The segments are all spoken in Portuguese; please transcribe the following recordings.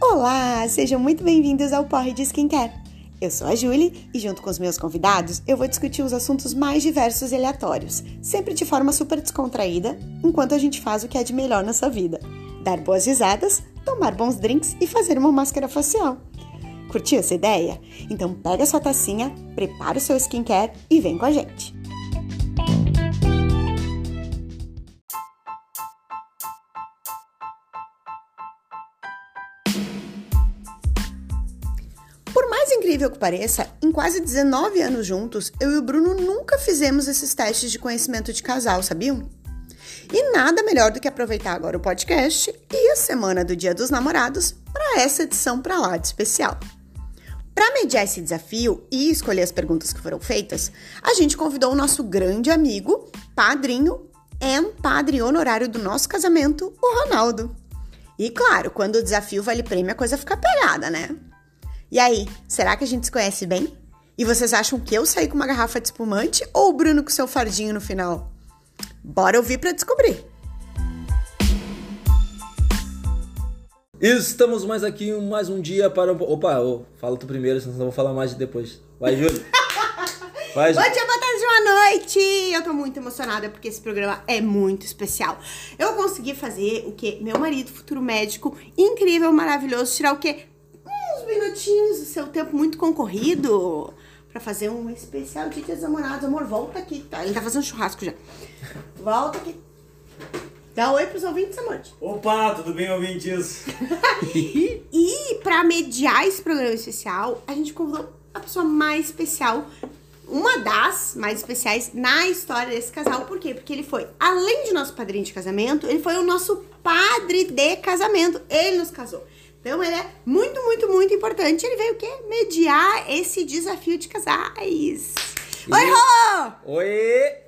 Olá, sejam muito bem-vindos ao Porre de Skincare. Eu sou a Julie e junto com os meus convidados, eu vou discutir os assuntos mais diversos e aleatórios, sempre de forma super descontraída, enquanto a gente faz o que é de melhor nessa vida: dar boas risadas, tomar bons drinks e fazer uma máscara facial. Curtiu essa ideia? Então pega sua tacinha, prepara o seu skincare e vem com a gente. Por mais incrível que pareça, em quase 19 anos juntos, eu e o Bruno nunca fizemos esses testes de conhecimento de casal, sabiam? E nada melhor do que aproveitar agora o podcast e a semana do Dia dos Namorados para essa edição pra lá de especial. Para mediar esse desafio e escolher as perguntas que foram feitas, a gente convidou o nosso grande amigo, padrinho e padre honorário do nosso casamento, o Ronaldo. E claro, quando o desafio vale prêmio, a coisa fica pegada, né? E aí, será que a gente se conhece bem? E vocês acham que eu saí com uma garrafa de espumante ou o Bruno com seu fardinho no final? Bora ouvir pra descobrir! Estamos mais aqui, mais um dia para um... Opa, ô, fala tu primeiro, senão eu vou falar mais de depois. Vai, Júlio. Vai, Bom Júlio. dia, boa tarde, boa noite! Eu tô muito emocionada porque esse programa é muito especial. Eu consegui fazer o que meu marido, futuro médico, incrível, maravilhoso, tirar o quê? Uns minutinhos do seu tempo muito concorrido pra fazer um especial de Dia dos namorados. Amor, volta aqui, tá? Ele tá fazendo churrasco já. Volta aqui. Dá um oi pros ouvintes, amor. Opa, tudo bem, ouvintes? E pra mediar esse programa especial, a gente convidou a pessoa mais especial, uma das mais especiais na história desse casal. Por quê? Porque ele foi, além de nosso padrinho de casamento, ele foi o nosso padre de casamento. Ele nos casou. Então ele é muito, muito, muito importante. Ele veio o quê? Mediar esse desafio de casais. Oi, Rô! Oi!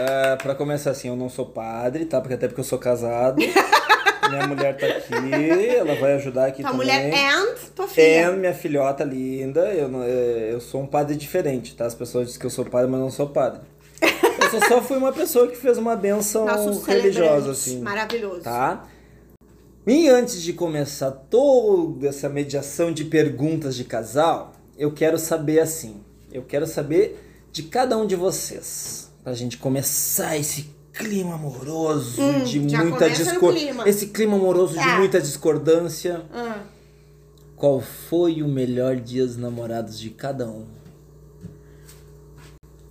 Ah, pra começar assim, eu não sou padre, tá? Porque até porque eu sou casado. minha mulher tá aqui, ela vai ajudar aqui Tua também. mulher and tua É, filha. minha filhota linda, eu, não- é, eu sou um padre diferente, tá? As pessoas dizem que eu sou padre, mas não sou padre. Eu só, só fui uma pessoa que fez uma benção Nossos religiosa, celebrantes. assim. Maravilhoso. Tá? E antes de começar toda essa mediação de perguntas de casal, eu quero saber assim. Eu quero saber de cada um de vocês. Pra gente começar esse clima amoroso Hum, de já muita começa no discordância. clima. Esse clima amoroso de Tá. muita discordância. Ah. Qual foi o melhor dia dos namorados de cada um?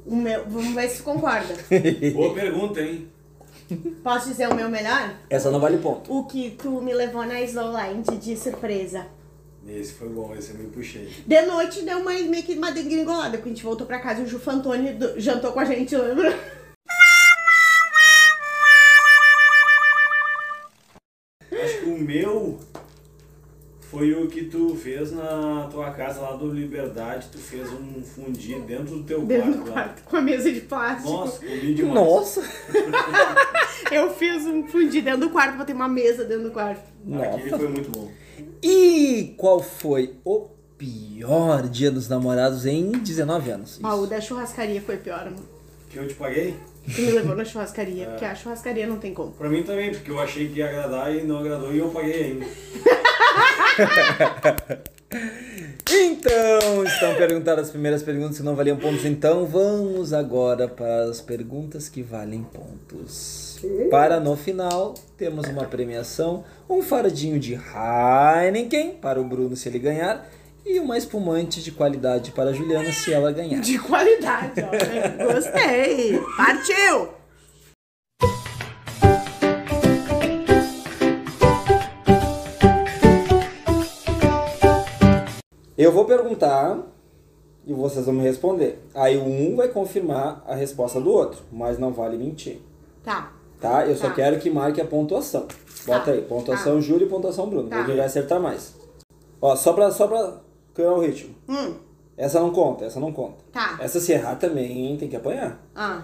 O meu, vamos ver se concorda. Boa pergunta, hein? Posso dizer o meu melhor? Essa não vale ponto. O que tu me levou na Slowland de surpresa. Esse foi bom, esse eu me puxei. De noite deu uma, meio que uma degringolada, porque a gente voltou pra casa e o Ju Fantoni do- jantou com a gente, lembra? Acho que o meu foi o que tu fez na tua casa lá do Liberdade. Tu fez um fundir dentro do teu Dentro do quarto lá. quarto, com a mesa de plástico. Nossa, comi demais. Nossa! Eu fiz um fundi dentro do quarto, botei uma mesa dentro do quarto. Aquele Nossa. foi muito bom. E qual foi o pior dia dos namorados em 19 anos? Ah, o da churrascaria foi pior, amor. Que eu te paguei? Tu me levou na churrascaria, É. porque a churrascaria não tem como. Pra mim também, porque eu achei que ia agradar e não agradou e eu paguei ainda. Então, estão perguntando as primeiras perguntas que não valiam pontos, então vamos agora para as perguntas que valem pontos. Para no final, temos uma premiação, um fardinho de Heineken para o Bruno se ele ganhar e uma espumante de qualidade para a Juliana se ela ganhar. De qualidade, ó. né? Gostei. Partiu! Eu vou perguntar e vocês vão me responder. Aí um vai confirmar a resposta do outro, mas não vale mentir. Tá. Tá? Eu só Tá. quero que marque a pontuação. Bota Tá. aí, pontuação Júlio e pontuação Bruno. Tá. Quem vai acertar mais. Ó, só pra, só pra criar o ritmo. Hum, Essa não conta, essa não conta. Tá. Essa se errar também tem que apanhar. ah.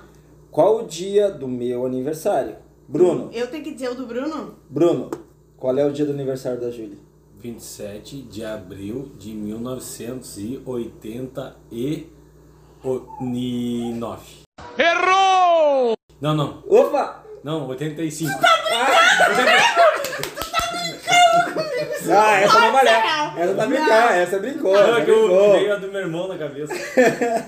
Qual o dia do meu aniversário? Bruno, Eu tenho que dizer o do Bruno? Bruno, qual é o dia do aniversário da Júlia? 27 de abril de 1989. Errou! Não, não. Opa! Não, 85. Ah, essa não valeu. Essa tá brincando, essa brincou. Não, Essa é que eu brincou. veio a do meu irmão na cabeça.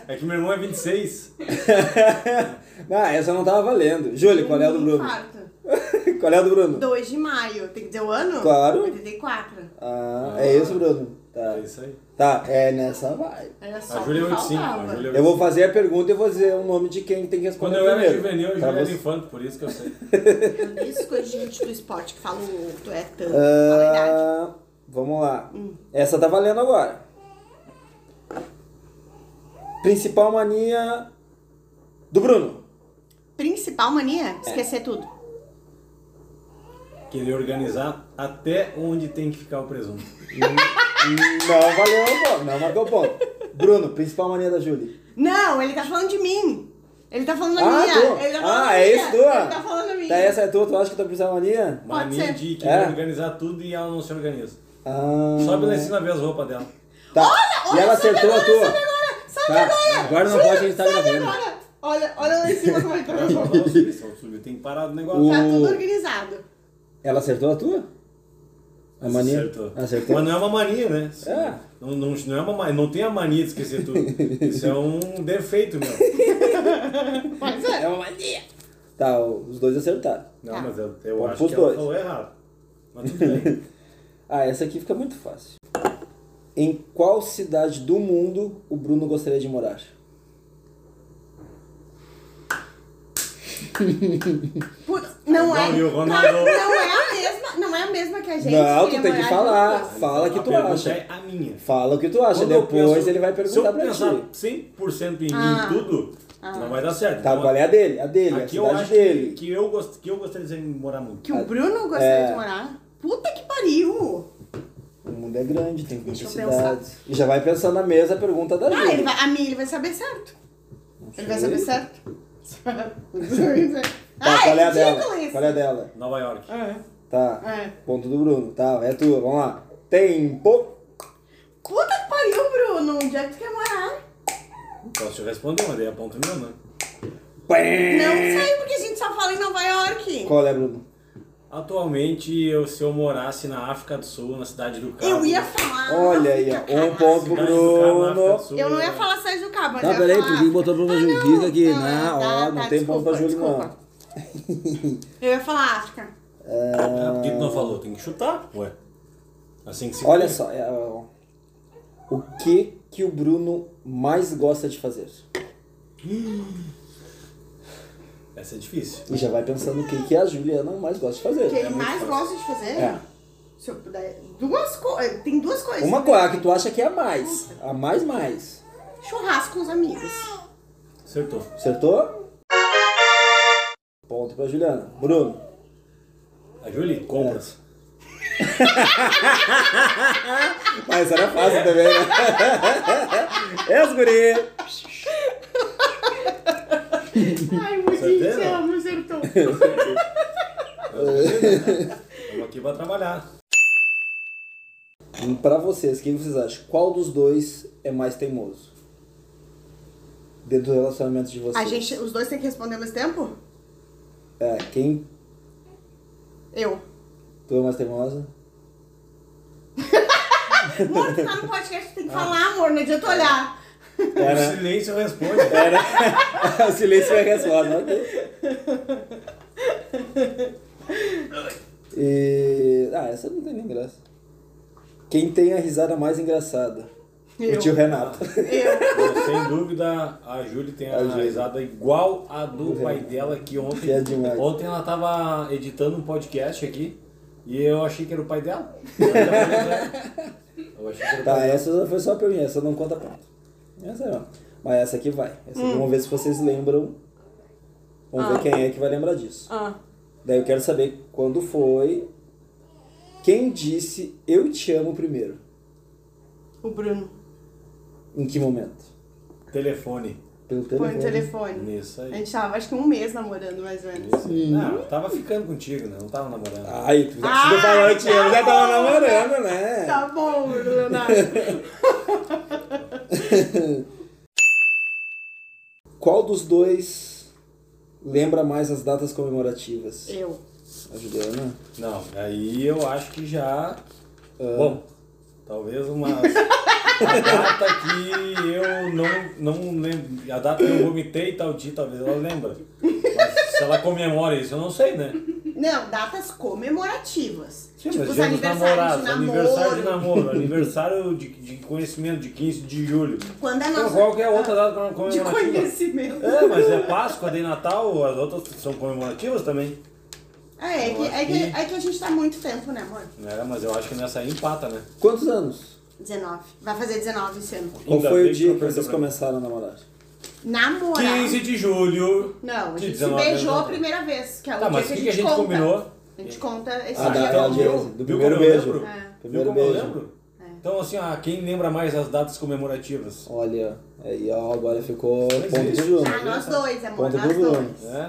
É que meu irmão é 26. Não, essa não tava valendo. Júlio, qual é o do Bruno? Hum, Infarto. Qual é o do Bruno? 2 de maio. Tem que dizer o ano? Claro. 84. Ah, é isso, Bruno. É Tá, isso aí. tá é nessa vai. Era só A o Júlia é que 85. faltava. A Júlia é Eu vou fazer a pergunta e vou dizer o nome de quem tem que responder Quando eu era primeiro. juvenil, eu Pra já era você. infante, por isso que eu sei. Eu disse com a gente do esporte que fala o tu é tanto. fala a idade. Ah, vamos lá. Essa tá valendo agora. Principal mania do Bruno. Principal mania? Esquecer tudo. Querer organizar até onde tem que ficar o presunto. Não valeu, pô, não marcou ponto. Bruno, principal mania da Júlia. Não, ele tá falando de mim. Ele tá falando da Ah, minha. tu. Ele tá falando ah, da é minha. isso tua? Ele tá falando da minha. Tá, essa é tua, tu acha que tu é principal mania? Uma Pode menina ser. de querer É. organizar tudo e ela não se organiza. Ah, Só pela ensina a ver as roupas dela. tá. Olha, e ela sobe acertou agora, a tua. Sobe agora, sobe Tá, agora. agora não Júlia, pode, a gente tá sobe gravando. agora. Olha, olha lá em cima como ele tá. Ela só fala, "Subi, só subi". um Tem que parar do negócio. Tá tudo O- organizado. Ela acertou a tua? A mania? Acertou. Acertou. Mas não é uma mania, né? É. Não, não, não é uma mania, não tem a mania de esquecer tudo. Isso é um defeito, meu. Mas é. É uma mania. Tá, os dois acertaram. Não, Tá. mas eu, eu Vamos acho pros que ela dois. falou errado. Mas tudo bem. Ah, essa aqui fica muito fácil. Em qual cidade do mundo o Bruno gostaria de morar? Putz, não, é. Ronaldinho, Não, Ronaldo. não é a mesma, não é a mesma que a gente. não, queria tu tem que morar falar. juntos. Fala o que A tu pergunta acha. é a minha. Fala o que tu acha, Quando eu depois penso- ele vai perguntar pra Se eu ti. pensar 100% em, Ah. em tudo, não vai dar certo. Tá, Então, qual é a dele? A dele, aqui a eu cidade acho dele. Que, que, eu gost, que eu gostaria de morar muito. Que o Bruno gostaria de morar. Puta que pariu! O mundo é grande, tem muitas eu cidades. E já vai pensando na mesa a pergunta da Ah, Júlia. ele vai, a minha ele vai saber certo. Ele vai sei. saber certo? Tá, ah, qual é a ridículo dela? isso. Qual é a dela? Nova York. Ah, Tá. É. Ponto do Bruno. Tá, é tua, vamos lá. Tempo. Puta que pariu, Bruno! Onde é que tu quer morar? Posso te responder, mas daí aponto meu, né? Pé. Não sei, porque a gente só fala em Nova York. Qual é, Bruno? Atualmente, eu, se eu morasse na África do Sul, na cidade do Cabo... Eu ia falar. é Olha aí, ó. África, Um cara. ponto pro Cidade do Cabo, na África do Bruno. Sul, Eu não ia né? falar Sérgio do Cabo, mas eu Tá, ia peraí, falar Ah, tu que botou pro Júlio Fica aqui. não, Não, tá, ó, não tá, tem ponto pra desculpa, Júlio, não. desculpa. Eu ia falar é África. Ah, por que tu não falou? Tem que chutar, ué. Assim que se... Olha só, é, ó, o que que o Bruno mais gosta de fazer? Essa é difícil. E já vai pensando o que que a Juliana mais gosta de O que fazer. ele mais gosta de fazer? É. Se eu puder. Duas coisas. Tem duas coisas. Uma coisa que tu acha que é a mais, a mais mais. Churrasco com os amigos. Acertou. Acertou? Ponto pra Juliana. Bruno. A Julie, compras. Mas era fácil também, né? É as guri. Ai, muito Certeza? te amo, acertou. É. Estamos aqui pra trabalhar. E Pra vocês, o que vocês acham? Qual dos dois é mais teimoso? Dentro do relacionamento de vocês. A gente, os dois têm que responder ao mesmo tempo? É, quem Eu. tu é mais teimosa? Amor, tu tá no podcast, tu tem que Ah. falar, amor, não É. adianta olhar. O silêncio responde. Era. o silêncio é a resposta, ok. E... Ah, essa não tem nem graça. Quem tem a risada mais engraçada? O Eu. tio Renato. Eu. Não, Sem dúvida, a Júlia tem a A Júlia. é. risada igual a do pai dela, que ontem. Que é demais. Ontem ela tava editando um podcast aqui e eu achei que era o pai dela. Eu achei que era o pai Tá, dela. essa foi só a pergunta, essa não conta ponto. Essa não. Mas essa aqui vai. Essa Hum. aqui, Vamos ver se vocês lembram. Vamos ver quem é que vai lembrar disso. Ah. Daí eu quero saber quando foi. Quem disse eu te amo primeiro? O Bruno. Em que momento? Telefone. Pelo Foi telefone. no telefone. Isso A aí. gente tava, acho que um mês namorando, mais ou menos. Isso aí. Não, eu tava ficando contigo, né? Não tava namorando. Ai, tu já Ah, precisa falar eu te amo, já tá tava bom. namorando, É. né? Tá bom, Bruno Leonardo. Qual dos dois lembra mais as datas comemorativas? Eu. A Juliana? Não, aí eu acho que já. Ah. Bom, talvez uma. a data que eu não, não lembro. A data que eu vomitei tal dia, talvez ela lembra. Mas se ela comemora isso, eu não sei, né? Não, datas comemorativas. Sim, tipo mas os dia dos aniversários de namoro. aniversário de namoro, aniversário de, de conhecimento de 15 de julho. Quando é Então, nossa... qual que é a outra data De comemorativa? conhecimento. É, mas é Páscoa, de Natal, as outras são comemorativas também. Ah, é, que, é, que, é que a gente tá há muito tempo, né, amor? É, mas eu acho que nessa aí empata, né? Quantos anos? 19. Vai fazer 19 esse ano. Qual Ainda foi bem o que dia não que foi vocês pra- começaram a namorar? Namorar. 15 de julho. Não, a de gente se 19 beijou anos, a né? primeira vez, que é o Tá, dia mas que a o que gente, que a gente conta. combinou? A gente conta esse Ah, dia da, então da, do dia- meu. do Viu primeiro como eu beijo. lembro? É. Primeiro Viu como beijo. eu lembro? Então, assim, ah, quem lembra mais as datas comemorativas? Olha, aí ó, agora ficou ponto existe. pro Bruno. Ah, nós dois, amor, Ponto nós pro Bruno. dois. É,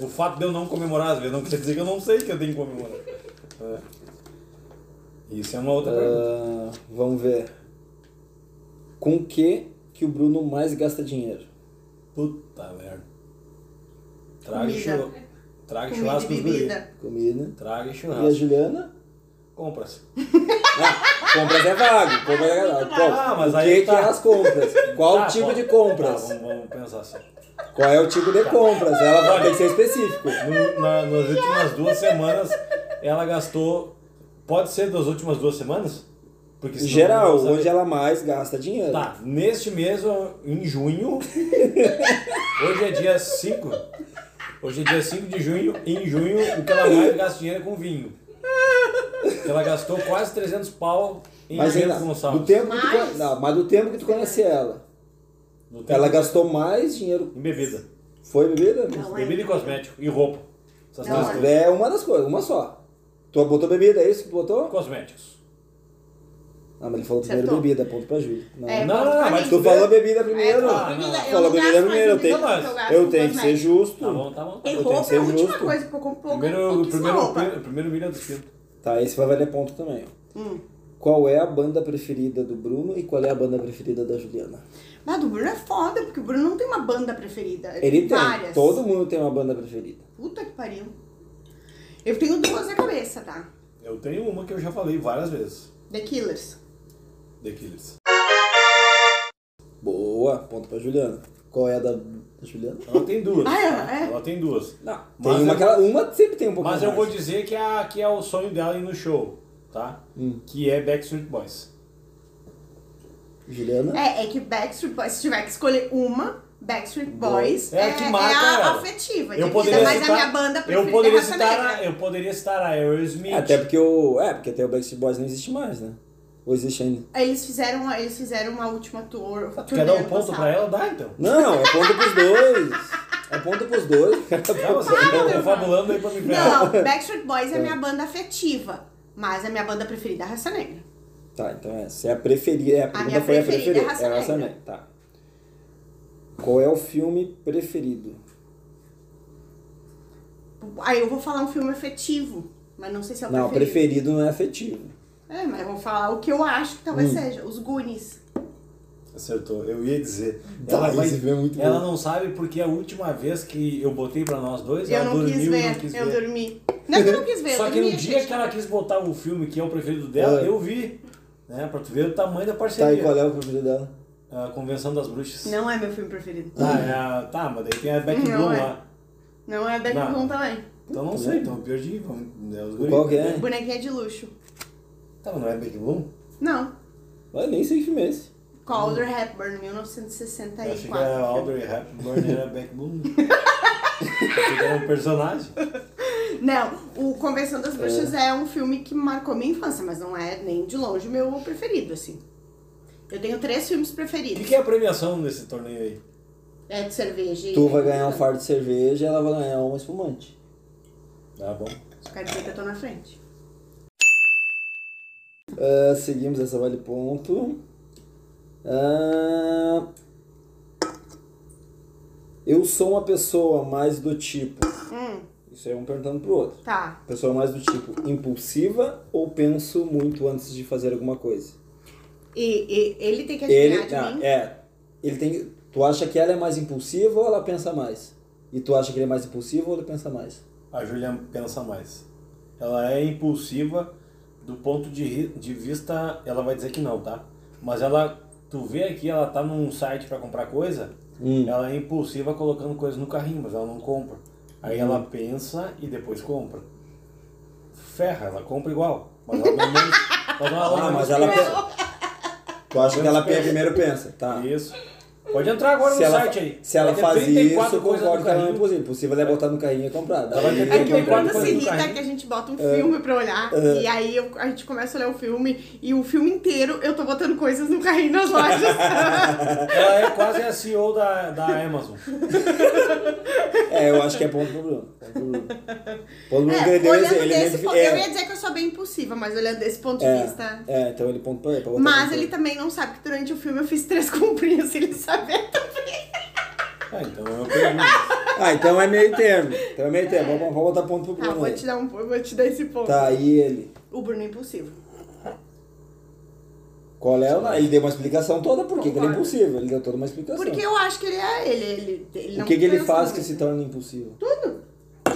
não. o fato de eu não comemorar às vezes não quer dizer que eu não sei que eu tenho que comemorar. É. Isso é uma outra pergunta. Ah, vamos ver. Com o que que o Bruno mais gasta dinheiro? Puta merda. Traga Comida. churrasco. Traga Comida churrasco e pros guri. bebida. Comida. Traga E a churrasco. Juliana? Compras. Ah, compras é vago. Compras é vago. Qual- Ah, mas o aí que, tá. que é as compras? Qual Tá, tipo pô. de compras? Tá, vamos, vamos pensar assim. Qual é o tipo Tá. de compras? Ela vai ter que ser específico. No- na- nas últimas duas semanas, ela gastou. Pode ser das últimas duas semanas? Porque senão Geral, eu não vou onde saber. ela mais gasta dinheiro. Tá, neste mês, em junho. hoje é dia 5. Hoje é dia 5 de junho. Em junho, o que ela mais gasta dinheiro é com vinho. Ela gastou quase 300 pau em Mas Bento ainda, do Gonçalves. tempo que tu, Mais? con- não, mas do tempo que tu conhece ela, No tempo- ela gastou mais dinheiro. Em bebida. Foi bebida? Não, é. Bebida e cosmético. E roupa. Essas Não, três é. coisas. É uma das coisas, uma só. Tu botou bebida, é isso que tu botou? Cosméticos. Ah, mas ele falou primeiro Acertou. bebida, ponto pra Júlia. Não. É, Não, ponto não, pra mas mim. Tu falou bebida É, primeiro. não, Ah, bebida, não. eu Falou não bebida gasto mais primeiro, eu tenho, bebida do que gasto eu com tenho que ser cosmético. justo. Tá bom, tá bom. E Eu tenho que roupa ser é a última justo. coisa que eu compro. Primeiro, primeiro, um roupa. primeiro, primeiro milha do filme. Tá, esse vai valer ponto também. ó. Hum. Qual é a banda preferida do Bruno e qual é a banda preferida da Juliana? Mas do Bruno é foda, porque o Bruno não tem uma banda preferida. Ele tem. várias. Todo mundo tem uma banda preferida. Puta que pariu. Eu tenho duas na cabeça, tá? Eu tenho uma que eu já falei várias vezes. The Killers. The Killers. Boa, ponto pra Juliana. Qual é a da, da Juliana? Ela tem duas. Ah, é? tá? É? Ela tem duas. Não, Mas tem uma, eu- que ela- uma sempre tem um pouquinho Mas eu vou mais. dizer que é, que é o sonho dela ir no show, tá? Que é Backstreet Boys. Juliana? É, é que Backstreet Boys, se tiver que escolher uma, Backstreet Boys É a é, que é marca a ela. afetiva. Eu entendeu? poderia, Mas citar, a minha banda preferida eu, poderia é Raça citar Negra. a, eu poderia citar a Aerosmith. Até porque o. É, porque até o Backstreet Boys não existe mais, né? Ou existe ainda? Eles fizeram, eles fizeram uma última tour. Tu turnê quer dar um ano ponto passado. pra ela? Dá então. Não, é ponto pros dois. É ponto pros dois. Tá, você meu tá irmão. confabulando aí pra me pegar. Não, Backstreet Boys é a minha banda afetiva. Mas a minha banda preferida é a Raça Negra. Tá, então essa é a preferida. É, a pergunta minha foi a preferida preferida. é Raça é a Raça Negra. Negra. Tá. Qual é o filme preferido? Aí eu vou falar um filme afetivo, mas não sei se é o não, preferido. preferido não é afetivo. É, mas eu vou falar o que eu acho que talvez Hum. seja. Os Goonies. Acertou, eu ia dizer. Tá, ela vai- esse filme é muito ela bom. não sabe porque é a última vez que eu botei pra nós dois, eu ela não dormiu quis e ver, não quis eu ver. dormi. Não é que eu não quis ver, Só eu que no dormi. dia que ela quis botar o filme que é o preferido dela, É. eu vi. Né, pra tu ver o tamanho da Tá, e parceria. qual é o preferido dela? A Convenção das Bruxas. Não é meu filme preferido. Tá, é a- tá, mas daí tem a Beck Não Bloom é. lá. Não é Back Não. Room também. Então não sei, então eu perdi. vamos- é os guri. Qual que é? Bonequinha de luxo. Tá, mas não é Beck Bloom? Não. Eu nem sei que filme é esse. Calder Hepburn, Tá Eu achei que É, era 1964. Audrey Hepburn era Beck Bloom. Achei que era um personagem. Não, o Convenção das Bruxas é. um filme que marcou minha infância, mas não é nem de longe o meu preferido, assim. Eu tenho três filmes O que preferidos. que é a premiação desse torneio aí? É de cerveja e- Tu vai ganhar um fardo de cerveja e ela vai ganhar um espumante. Tá bom. Só quero dizer que eu tô na frente. Ah, seguimos essa vale ponto. Ah, eu sou uma pessoa mais do tipo. Hum, Isso é um perguntando pro outro. tá. Pessoa mais do tipo impulsiva ou penso muito antes de fazer alguma coisa? E, e- ele tem que Ele, adivinhar de ah, mim. é, ele tem. Tu acha que ela é mais impulsiva ou ela pensa mais? E tu acha que ele é mais impulsivo ou ele pensa mais? A Julia pensa mais. Ela é impulsiva do ponto de, ri- de vista, ela vai dizer que não, tá? Mas ela, tu vê aqui, ela tá num site pra comprar coisa, Hum. ela é impulsiva colocando coisa no carrinho, mas ela não compra. Aí ela Hum. pensa e depois compra. Ferra, ela compra igual. Mas ela não menos, mas ela Ah, não mas menos ela pensa. pensa. Tu acha que ela pe- primeiro pensa, tá? Isso. Pode entrar agora se no ela, site aí. É Se ela Vai ter faz isso, 34 eu coisas no concordo que ela não é carrinho. impossível. Impossível é botar no carrinho e comprar. Daí- vai ter É que o Bruno Quando se eu assim. irrita caí- que a gente bota um É. filme pra olhar e aí eu- a gente começa a olhar o filme e o filme inteiro eu tô botando coisas no carrinho nas lojas. Ela é quase a CEO da, da Amazon. É, eu acho que é ponto pro Bruno. Ponto pro Bruno. Ponto pro Bruno que ele É, deu esse- olhando ele desse mesmo- ponto, é, eu ia dizer que eu sou bem impulsiva, mas olhando desse ponto de vista. é, é, então ele ponto pra ele. pra botar Mas ponto ele pra também não sabe que durante o filme eu fiz três comprinhas, se ele saber Tá, também. Ah, então eu perdi. Ah, então é meio termo. Então é meio termo. Vamos, vamos botar ponto pro Tá, Bruno. vou aí. te dar um eu vou te dar esse ponto. é. Tá, e ele? O Bruno é impulsivo. Qual é o... Ele deu uma explicação toda por que que ele é Concordo. impossível. Ele deu toda uma explicação. Porque eu acho que ele é ele. ele, ele o não que, que ele pensa faz muito. que se torna impossível?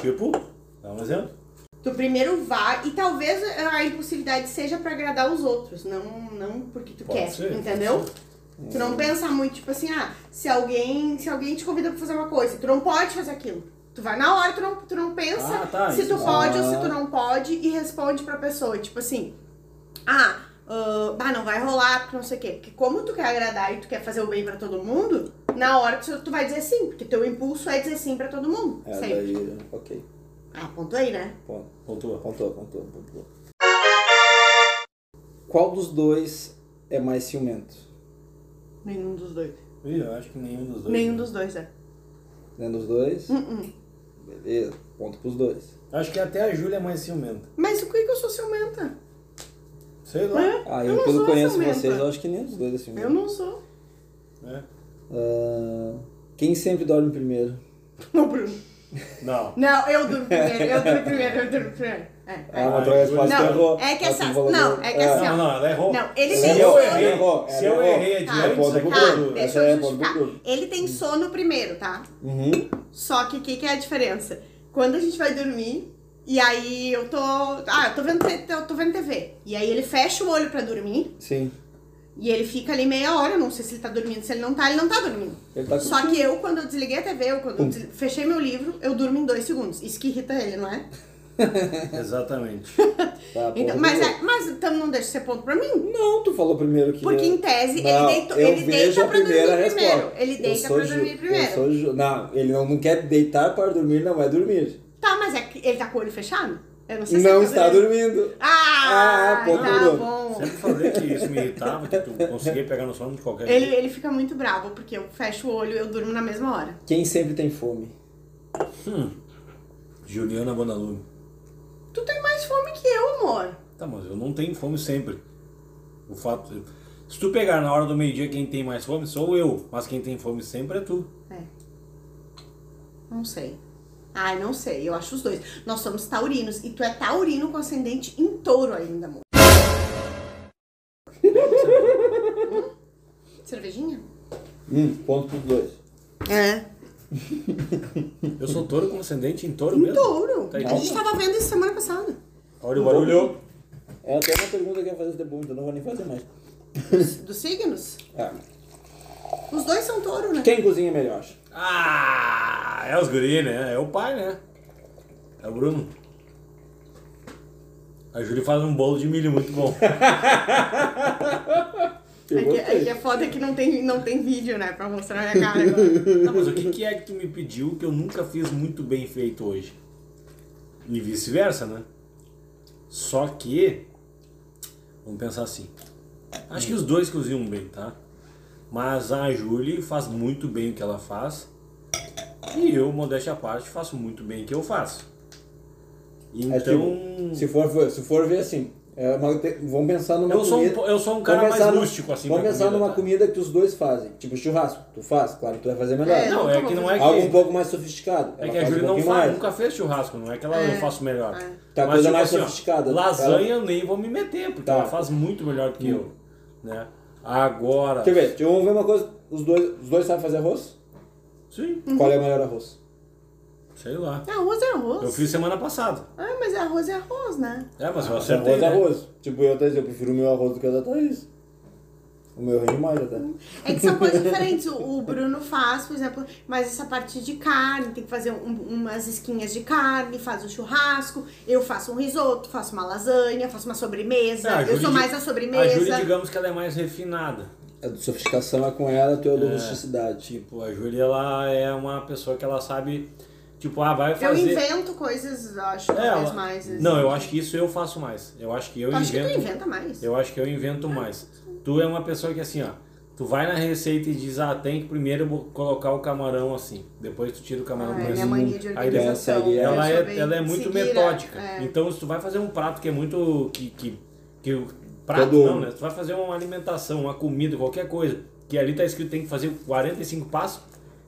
Tipo, dá um exemplo. Tu primeiro vai, e talvez a impulsividade seja pra agradar os outros, não, não porque tu Pode quer, ser, entendeu? Tu não pensa muito, tipo assim, ah, se alguém, se alguém te convida pra fazer uma coisa, tu não pode fazer aquilo. Tu vai na hora, tu não, tu não pensa Ah, tá, se tu isso. pode ou se Ah. tu não pode e responde pra pessoa, tipo assim, ah, ah, bah, não vai rolar, porque não sei o quê. Porque como tu quer agradar e tu quer fazer o bem pra todo mundo, na hora tu, tu vai dizer sim, porque teu impulso é dizer sim pra todo mundo, É, sempre. daí... Ok. Ah, ponto aí, né? Ponto. Pontua. Pontua, pontua, pontua. Qual dos dois é mais ciumento? Nenhum dos dois. Ih, eu acho que nenhum dos dois. Nenhum né? dos dois, é. Nenhum dos dois? Hum. Beleza. Ponto pros dois. Acho que até a Júlia é mais ciumenta. Mas o que que eu sou ciumenta? Sei lá. É? Ah, Eu eu, não pelo sou conheço ciumenta. vocês, eu acho que nenhum dos dois é ciumento. Eu não sou. né? Ah, quem sempre dorme primeiro? Não, Bruno. Não. Não, eu durmo primeiro, eu durmo primeiro, eu durmo primeiro. É, Ah, é. uma troca de Não, espaço tu é errou. que Ah, tu essa- falou não, do- é que assim, Não, não, ela errou. Não, ele se tem eu sono. errei, Errou, ela se eu errou. errei É Tá, adiante, ponto isso pro aqui é Bruno. duro. tá, deixa Essa é eu ponto pro justificar. Bruno. Ele tem sono primeiro, tá? Uhum. Só que o que, que é a diferença? Quando a gente vai dormir, e aí eu tô. Ah, eu tô vendo, te- eu tô vendo TV. E aí ele fecha o olho pra dormir. Sim. E ele fica ali meia hora, eu não sei se ele tá dormindo, se ele não tá, ele não tá dormindo. Ele tá com- Só que eu, quando eu desliguei a TV, eu, quando eu des- fechei meu livro, eu durmo em dois segundos. Isso que irrita ele, não é? Exatamente. Tá, ponto Então, pro mas, Bruno. é, mas então não deixa ser ponto pra mim. Não, tu falou primeiro que. Porque eu- em tese Não, ele, deito, eu ele vejo deita a pra dormir primeira primeiro. resposta. Ele Eu deita sou pra ju- dormir Eu primeiro. sou ju... Não, ele não, não quer deitar para dormir, não é dormir. Tá, mas é que ele tá com o olho fechado? Eu não sei se Não ele tá está dormindo. Ah, Ah, ponto tá pro- bom. Sempre falei que isso me irritava, que tu conseguia pegar no sono de qualquer Ele, jeito. ele fica muito bravo porque eu fecho o olho e eu durmo na mesma hora. Quem sempre tem fome? Juliana Bonalume. Tu tem mais fome que eu, amor. Tá, mas eu não tenho fome sempre. O fato. Se tu pegar na hora do meio-dia quem tem mais fome, sou eu. Mas quem tem fome sempre é tu. É. Não sei. Ai, não sei. Eu acho os dois. Nós somos taurinos. E tu é taurino com ascendente em touro ainda, amor. Hum? Cervejinha? Hum, ponto pros dois. É. Eu sou touro com ascendente em touro Em mesmo. touro. Tá A gente igual. tava vendo isso semana passada. Olha o barulho. É até uma pergunta que eu ia fazer depois, então não vou nem fazer mais. Dos, dos signos. É. Os dois são touro, né? Quem cozinha melhor? Ah, é os guri, né? É o pai, né? É o Bruno. A Júlia faz um bolo de milho muito bom. Tá, Eu É que, é gostei. que é foda que não tem, não tem vídeo, né? Pra mostrar a minha cara agora. Não, mas o que, que é que tu me pediu que eu nunca fiz muito bem feito hoje? E vice-versa, né? Só que. Vamos pensar assim. Acho que os dois cozinham bem, tá? Mas a Júlia faz muito bem o que ela faz. E eu, modéstia à parte, faço muito bem o que eu faço. É tipo, Então. se, for, se for ver assim, é uma te- vamos pensar numa Eu sou um comida... po- eu sou um cara vamos mais pensar num- rústico, assim, Vamos pra pensar comida, numa tá? comida que os dois fazem. Tipo churrasco, tu faz? Claro, tu vai fazer melhor. É, Não, é que não é Algo um que. pouco mais sofisticado. É Ela que a faz um Júlia não pouquinho faz, mais. nunca fez churrasco, não é que ela não faço melhor. tipo assim, é. Tá, coisa mais ó, sofisticada. Lasanha eu nem vou me meter, porque Tá. ela faz muito melhor do que eu. Né? Agora. Deixa eu ver, deixa eu- vamos ver uma coisa. Os dois, os dois sabem fazer arroz? Uhum. Sim. Qual é o melhor arroz? Sei lá. Arroz é arroz. Eu fiz semana passada. Ah, mas arroz é arroz, né? É, mas eu Nossa, acertei. arroz é né? arroz. Tipo, eu, Thaís, eu prefiro o meu arroz do que o da Thaís. O meu rende mais até. É que são coisas diferentes. O, o Bruno faz, por exemplo, mas essa parte de carne, tem que fazer um- umas esquinhas de carne, faz um churrasco, eu faço um risoto, faço uma lasanha, faço uma sobremesa. É, a eu Júlia sou di- mais a A sobremesa. Júlia, digamos que ela é mais refinada. A sofisticação é com ela, tu é o da rusticidade. Tipo, a Júlia, ela é uma pessoa que ela sabe, tipo, ah, vai eu fazer... invento coisas, eu acho, É, talvez ela- mais. Não, eu acho que isso eu faço mais. Eu acho que eu Tu acha que tu invento. inventa mais? Eu acho que eu invento mais. Tu é uma pessoa que assim, ó. Tu vai na receita e diz, ah, tem que primeiro bo- colocar o camarão assim. Depois tu tira o camarão Ah, do minha resumo. mania de um Aí depois- organização. segue eu ela, sou é, bem ela é muito seguida, metódica. é. Então, se tu vai fazer um prato que é muito. que. que, que o prato Todo- não, né? Tu vai fazer uma alimentação, uma comida, qualquer coisa, que ali tá escrito tem que fazer 45 passos,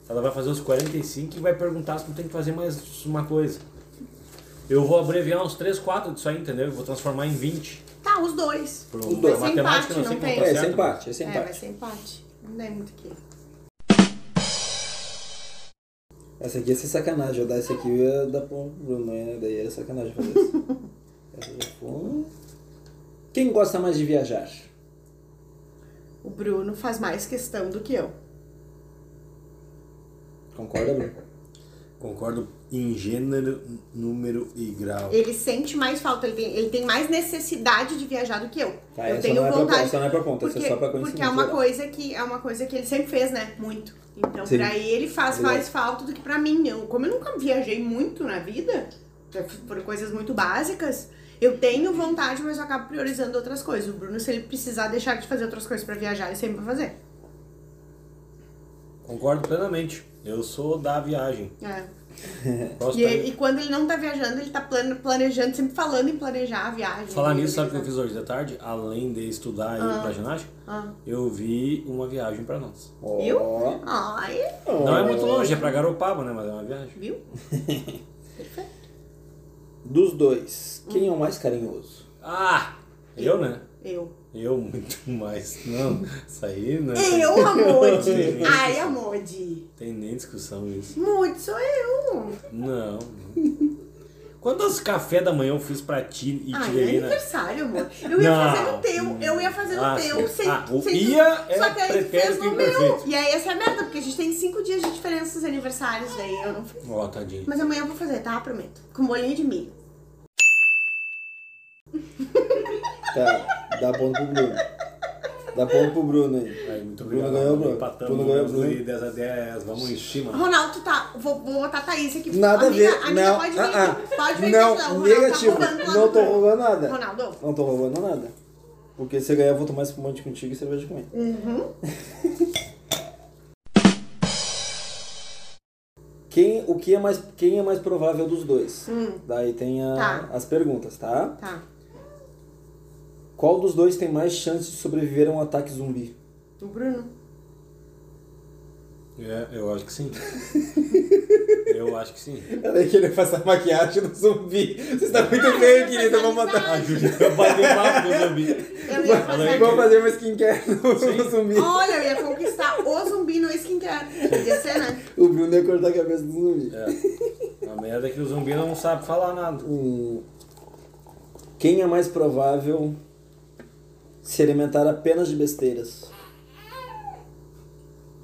ela vai fazer os 45 e vai perguntar se tu tem que fazer mais uma coisa. Eu vou abreviar uns 3, 4 disso aí, entendeu? Eu vou transformar em 20. Tá, os dois. Pro- Os pra dois. Sem empate, matemática, não, não sei como tem. tá é, certo, sem parte, é sem É, vai parte. ser empate. Não tem muito o que. Essa aqui ia ser sacanagem, eu dar essa aqui ia dar pra amanhã, né? Daí era sacanagem fazer isso. essa já foi. Quem gosta mais de viajar? O Bruno faz mais questão do que eu. Concorda, Bruno? Concordo em gênero, número e grau. Ele sente mais falta, ele tem, ele tem mais necessidade de viajar do que eu. Tá, eu essa tenho não é pra- vontade. essa não é pra ponta, essa é porque, só pra Porque é conhecimento uma geral. coisa que é uma coisa que ele sempre fez, né? Muito. Então, Sim. pra ele faz Verdade. mais falta do que pra mim. Eu, como eu nunca viajei muito na vida, já f- por coisas muito básicas, eu tenho vontade, mas eu acabo priorizando outras coisas. O Bruno, se ele precisar deixar de fazer outras coisas pra viajar, ele sempre vai fazer. Concordo plenamente. Eu sou da viagem. É. Gosto E, da- ele- e quando ele não tá viajando, ele tá plane- planejando, sempre falando em planejar a viagem. Falar Ele- nisso, sabe o que eu fiz hoje da tarde? Além de estudar e ir pra ginástica, Ah. eu vi uma viagem pra nós. Viu? Ó. Ai, Não é muito longe, é pra Garopaba, né? Mas é uma viagem. viu? Dos dois, quem Hum. é o mais carinhoso? Ah! Eu, né? Eu. Eu muito mais. Não, isso aí não é É. Eu, Amode. Ai, Amode. tem nem discussão isso. Mude, sou eu. Não. Quantos café da manhã eu fiz pra ti e te Ai, é né? levei na... aniversário, amor. Eu ia Não. fazer no teu, eu ia fazer no Ah, teu. sim. Sem, Ah, o sem tu- ia é Só que aí tu prefere fez do no meu. imperfeito. E aí essa é a merda, porque a gente tem cinco dias de diferença nos aniversários, daí eu não fiz. Ó, tadinho. Mas amanhã eu vou fazer, tá? Prometo. Com bolinho de milho. Tá, dá ponto pro Bruno. Dá ponto pro Bruno aí. Aí, muito Bruno obrigado. ganhou, Bruno. Empatamos, Bruno ganhou, Bruno. de 10 a 10. Vamos em cima. Ronaldo tá. Vou, vou botar a Thaís aqui. Nada a amiga, ver, Amiga, não, pode vir. ah, aqui. ah. Pode vir. Não, aqui, o Ronaldo negativo, Tá roubando lá não do tô Bruno. roubando nada. Ronaldo. Não tô roubando nada. Porque se ganhar, eu vou tomar espumante contigo e cerveja com ele. Uhum. Quem, o que é mais, quem é mais provável dos dois? Daí tem a- Hum. Tá. as perguntas, tá? Tá. Qual dos dois tem mais chance de sobreviver a um ataque zumbi? O Bruno. É, eu acho que sim. eu acho que sim. Ela queria passar maquiagem no zumbi. Você está muito bem, querida. Eu vou matar. A Júlia vai bater papo com o zumbi. Eu ia fazer. Vamos fazer uma skincare no zumbi. Olha, eu ia conquistar o zumbi no skincare. Podia ser, né? O Bruno ia cortar a cabeça do zumbi. A merda é que o zumbi não sabe falar nada. Hum, Quem é mais provável se alimentar apenas de besteiras?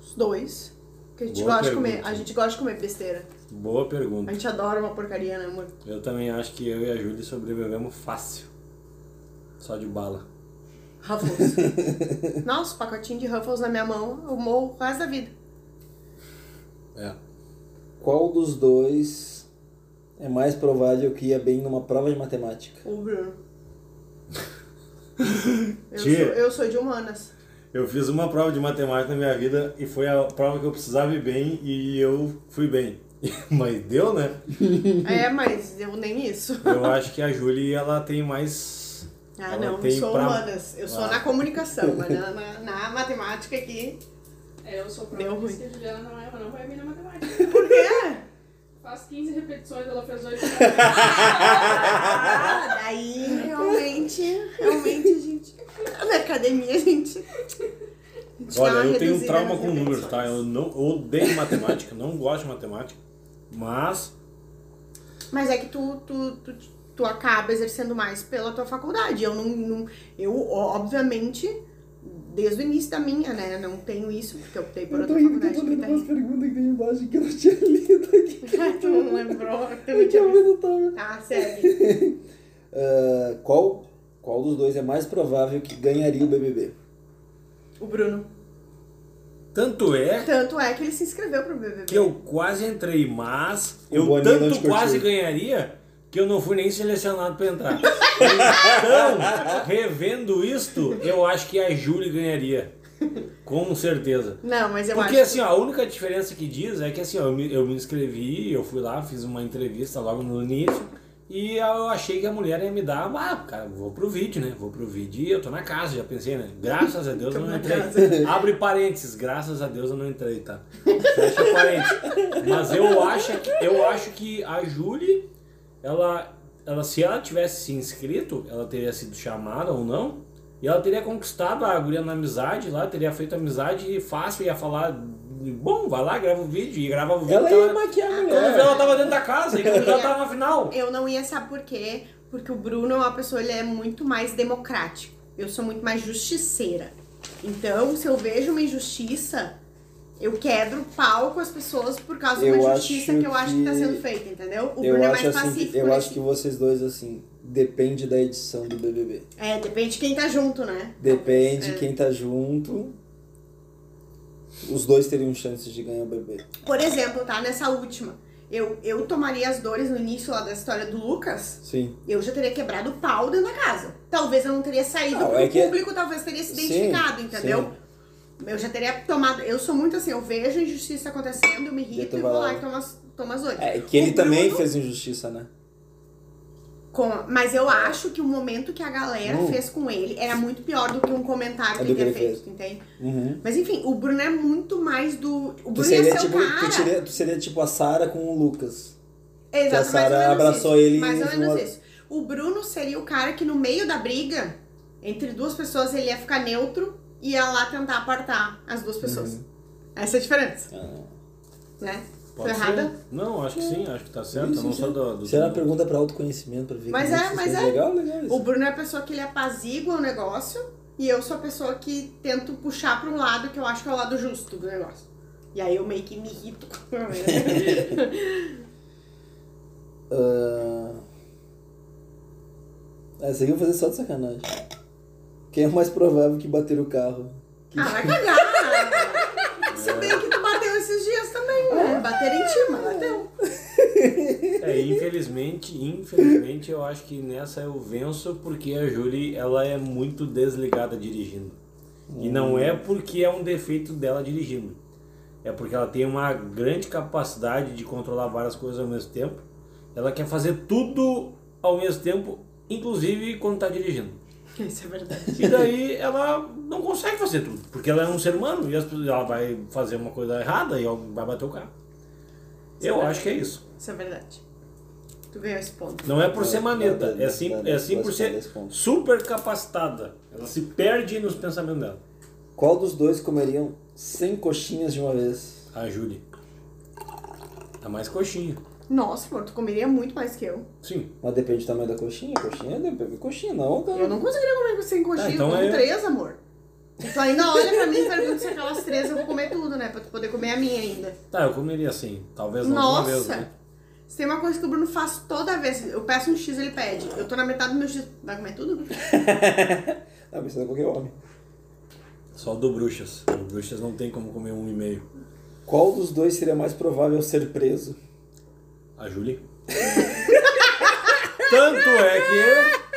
Os dois. Porque a gente Boa gosta de pergunta. comer. A gente gosta de comer besteira. Boa A pergunta. gente adora uma porcaria, né, amor? Eu também acho que eu e a Júlia sobrevivemos fácil. Só de bala. Ruffles. Nossa, o pacotinho de Ruffles na minha mão, eu morro o resto da vida. É. Qual dos dois é mais provável que ia bem numa prova de matemática? O Bruno. Eu sou, Tia. eu sou de humanas. Eu fiz uma prova de matemática na minha vida e foi a prova que eu precisava ir bem e eu fui bem. Mas deu, né? É, mas eu nem isso. Eu acho que a Júlia ela tem mais. Ah, ela não, eu tem sou pra- humanas. Eu sou Ah. na comunicação, mas na, na- na matemática aqui. É, eu sou Deu prova ruim. que a Juliana não erra, não vai bem na matemática. Por quê? Faz 15 repetições, ela fez 8. Ah, daí realmente, realmente a gente. Na academia a gente. a gente dá né, uma Olha, eu tenho um reduzida trauma nas com números, tá? repetições. Eu não eu odeio matemática, não gosto de matemática, mas Mas é que tu, tu, tu, tu acaba exercendo mais pela tua faculdade. Eu não, não- Eu, ó, obviamente, desde o início da minha, né? Não tenho isso, porque eu optei por outra faculdade que tem. perguntas que tem embaixo que eu não tinha lido aqui. Ah, tu não lembrou. Tu não Eu tinha... tinha ouvido também. Tá, segue. Ah, qual, qual dos dois é mais provável que ganharia o BBB? O Bruno. Tanto é Tanto é que ele se inscreveu pro BBB. que eu quase entrei, mas O eu Boninho não te tanto curtiu. quase ganharia que eu não fui nem selecionado pra entrar. Então, revendo isto, eu acho que a Júlia ganharia. Com certeza. Não, mas eu Porque acho... assim, ó, a única diferença que diz é que assim, ó, eu me, eu me inscrevi, eu fui lá, fiz uma entrevista logo no início e eu achei que a mulher ia me dar, ah, cara, vou pro vídeo, né? Vou pro vídeo e eu tô na casa, já pensei, né? Graças a Deus eu não entrei. Abre parênteses, graças a Deus eu não entrei, tá? Fecha parênteses. Mas eu acho que, eu acho que a Julie, ela, ela, se ela tivesse se inscrito, ela teria sido chamada ou não, e ela teria conquistado a guria na amizade lá, teria feito amizade fácil, ia falar, bom, vai lá, grava o vídeo, e gravava o vídeo. Ela tava- ia maquiar a Quando vê, mulher. ela tava dentro da casa, e quando vê, ela tava na final. Eu não ia saber por quê, porque o Bruno é uma pessoa, ele é muito mais democrático. Eu sou muito mais justiceira. Então, se eu vejo uma injustiça, eu quebro o pau com as pessoas por causa de Eu uma acho justiça que eu acho que tá que- sendo feita, entendeu? O Bruno Eu é acho, mais assim, pacífico. que, eu nesse- acho que vocês dois, assim, depende da edição do BBB. É, depende de quem tá junto, né? Depende quem tá junto. Os dois teriam chances de ganhar o BBB. Por exemplo, tá? Nessa última. Eu, eu tomaria as dores no início lá da história do Lucas, Sim. eu já teria quebrado o pau dentro da casa. Talvez eu não teria saído Não, pro é que- público, talvez teria se Sim, identificado, entendeu? sim. Eu já teria tomado. Eu sou muito assim, eu vejo a injustiça acontecendo, eu me E tu irrito e vai vou lá. lá e tomo as, tomo as oito. É que ele O também Bruno- fez injustiça, né? com- mas eu acho que o momento que a galera Hum. fez com ele era muito pior do que um comentário É que do ele tinha que ele fez. feito, entende? Uhum. Mas enfim, o Bruno é muito mais do. O Tu Bruno ia seria, ser tipo, o cara. tu, seria, tu seria tipo a Sara com o Lucas. Exato, Que a mais ou Sarah menos abraçou isso. ele Mais ou e menos voou. isso. O Bruno seria o cara que no meio da briga, entre duas pessoas, ele ia ficar neutro e ia lá tentar apartar as duas pessoas. Uhum. Essa é a diferença. Ah. Né? Foi errada? Não, acho que sim, acho que tá certo. Eu não sou do. do Será uma pergunta pra autoconhecimento, pra ver Mas como é, que mas vocês- é. Legal, legal isso. O Bruno é a pessoa que ele apazigua o negócio e eu sou a pessoa que tento puxar pra um lado que eu acho que é o lado justo do negócio. E aí eu meio que me irrito com a galera. Ah, Essa aqui eu vou fazer só de sacanagem. Quem é mais provável que bater o carro? Ah, vai cagar! É. Se bem que tu bateu esses dias também, né? Bater em ti, mas bateu. É, infelizmente, infelizmente, eu acho que nessa eu venço porque a Julie, ela é muito desligada dirigindo. E não é porque é um defeito dela dirigindo. É porque ela tem uma grande capacidade de controlar várias coisas ao mesmo tempo. Ela quer fazer tudo ao mesmo tempo, inclusive quando tá dirigindo. Isso é verdade. E daí ela não consegue fazer tudo, porque ela é um ser humano e as pessoas- ela vai fazer uma coisa errada e ela vai bater o carro. Eu acho que é isso. Isso é verdade. Tu ganhou esse ponto. Não é por ser Não, maneta, não, é sim, não, não, é sim não, por não, não, ser não, não. super capacitada. Ela se perde nos pensamentos dela. Qual dos dois comeriam 100 coxinhas de uma vez? A Julie. Ah, Tá mais coxinha. Nossa, amor, tu comeria muito mais que eu. Sim. Mas depende do tamanho da coxinha. Coxinha, depende. Coxinha não, tá? cara. Eu não conseguiria comer sem coxinha, Ah, então eu como é- três, amor. E tu ainda olha pra mim e pergunta se aquelas três eu vou comer tudo, né? Pra tu poder comer a minha ainda. Tá, eu comeria assim. Talvez não uma vez, Nossa! né? Se tem uma coisa que o Bruno faz toda vez, eu peço um X, ele pede. Eu tô na metade do meu X. Vai comer tudo? Ah, mas isso é qualquer homem. Só o do bruxas. O bruxas não tem como comer um e meio. Qual dos dois seria mais provável ser preso? A Julie. Tanto é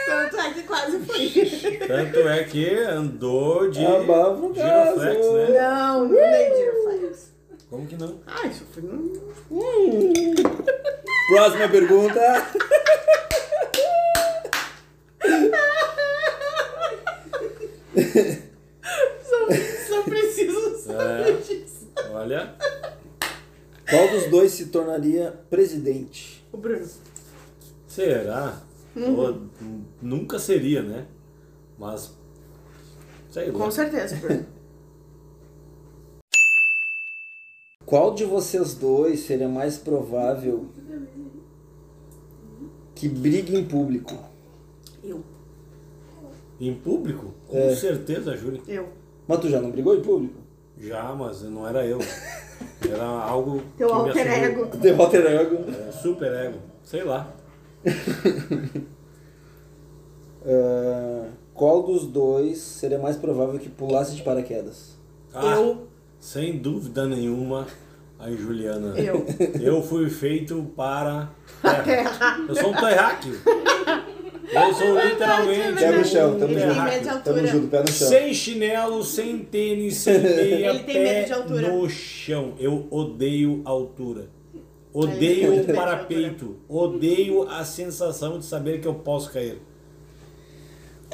Tanto é que quase foi. que. Tanto é que andou de. Abava o Giroflex, caso. né? Não, não dei giroflex. Como que não? Ah, isso foi um... Próxima pergunta. Só, só preciso saber É. disso. Olha. Qual dos dois se tornaria presidente? O Bruno. Será? Ou, hum, nunca seria, né? Mas. Sei lá. Com certeza, Bruno. Qual de vocês dois seria mais provável que briga em público? Eu. Em público? Com É. certeza, Júlia. Eu. Mas tu já não brigou em público? Já, mas não era eu. Era algo. Teu que me alter assumiu. ego. Teu alter ego. É, super ego. Sei lá. Ah, qual dos dois seria mais provável que pulasse de paraquedas? Ah, Eu. Sem dúvida nenhuma, a Juliana. Eu. Eu fui feito para. A terra. terra. Eu sou um terráqueo. Eu sou literalmente. né? Pé no chão, um tamo Ele tem terráqueo. medo de Tamo altura. junto, pé no chão. Sem chinelo, sem tênis, sem meia, Ele tem pé medo de altura. no chão. Eu odeio altura. Ele tem Odeio medo o de parapeito. Odeio a sensação de saber que eu posso cair.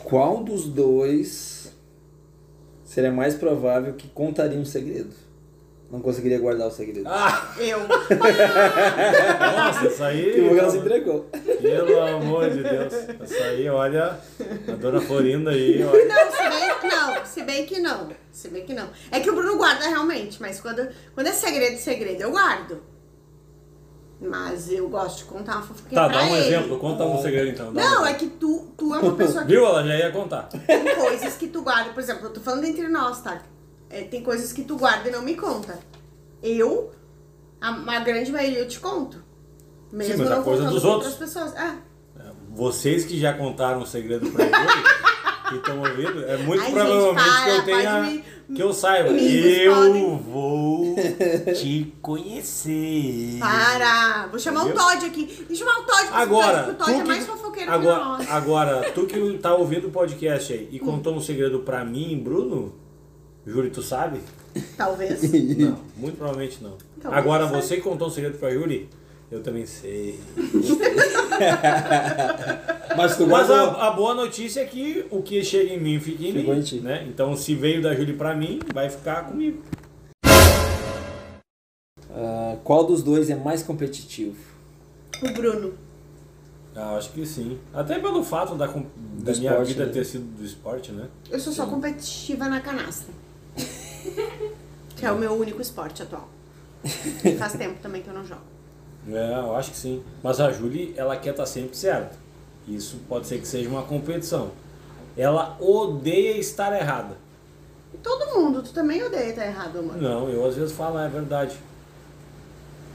Qual dos dois seria mais provável que contaria um segredo? Não conseguiria guardar o segredo. Ah, Eu. nossa, isso aí... E o Miguel se entregou. Pelo amor de Deus. Isso aí, olha, a dona Florinda aí, olha. Não, se bem que não. Se bem que não. Se bem que não. É que o Bruno guarda realmente, mas quando, quando é segredo, segredo, eu guardo. Mas eu gosto de contar uma fofoquinha Tá, pra dá um ele. exemplo, conta um segredo então. dá um é Não, é exemplo. que tu, tu é uma pessoa que Viu? Ela já ia contar. tem coisas que tu guarda. Por exemplo, eu tô falando entre nós, tá? É, tem coisas que tu guarda e não me conta. Eu, a, a grande maioria, eu te conto. Mesmo mas é não coisa contando dos pra outros. outras pessoas. Ah, Vocês que já contaram o segredo pra ele, que estão ouvindo, é muito Ai, gente, provavelmente que eu para, tenha. pode me- que eu saiba. me né? eu podem- vou te conhecer. para! Vou chamar Entendeu? o Todd aqui. Deixa eu chamar o Todd, porque Agora, o tu Todd é que- mais fofoqueiro agora, que nós. agora, tu que tá ouvindo o podcast aí e contou um segredo pra mim, Bruno, Júlio, tu sabe? Talvez. Não, muito provavelmente não. Então, Agora, não sei. você que contou um segredo pra Júlio, eu também sei. Mas tu Mas guardou. a, a boa notícia é que o que chega em mim fica em Chegou mim. em ti. Né? Então, se veio da Júlia pra mim, vai ficar comigo. Ah, qual dos dois é mais competitivo? O Bruno. Ah, acho que sim. Até pelo fato da, com- da Do minha esporte, vida né? ter sido do esporte, né? Eu sou só competitiva na canasta. que é o meu único esporte atual. E faz tempo também que eu não jogo. É, eu acho que sim. Mas a Júlia, ela quer estar sempre certa. Isso pode ser que seja uma competição. Ela odeia estar errada. Todo mundo, tu também odeia estar errado, amor. Não, eu às vezes falo, é verdade.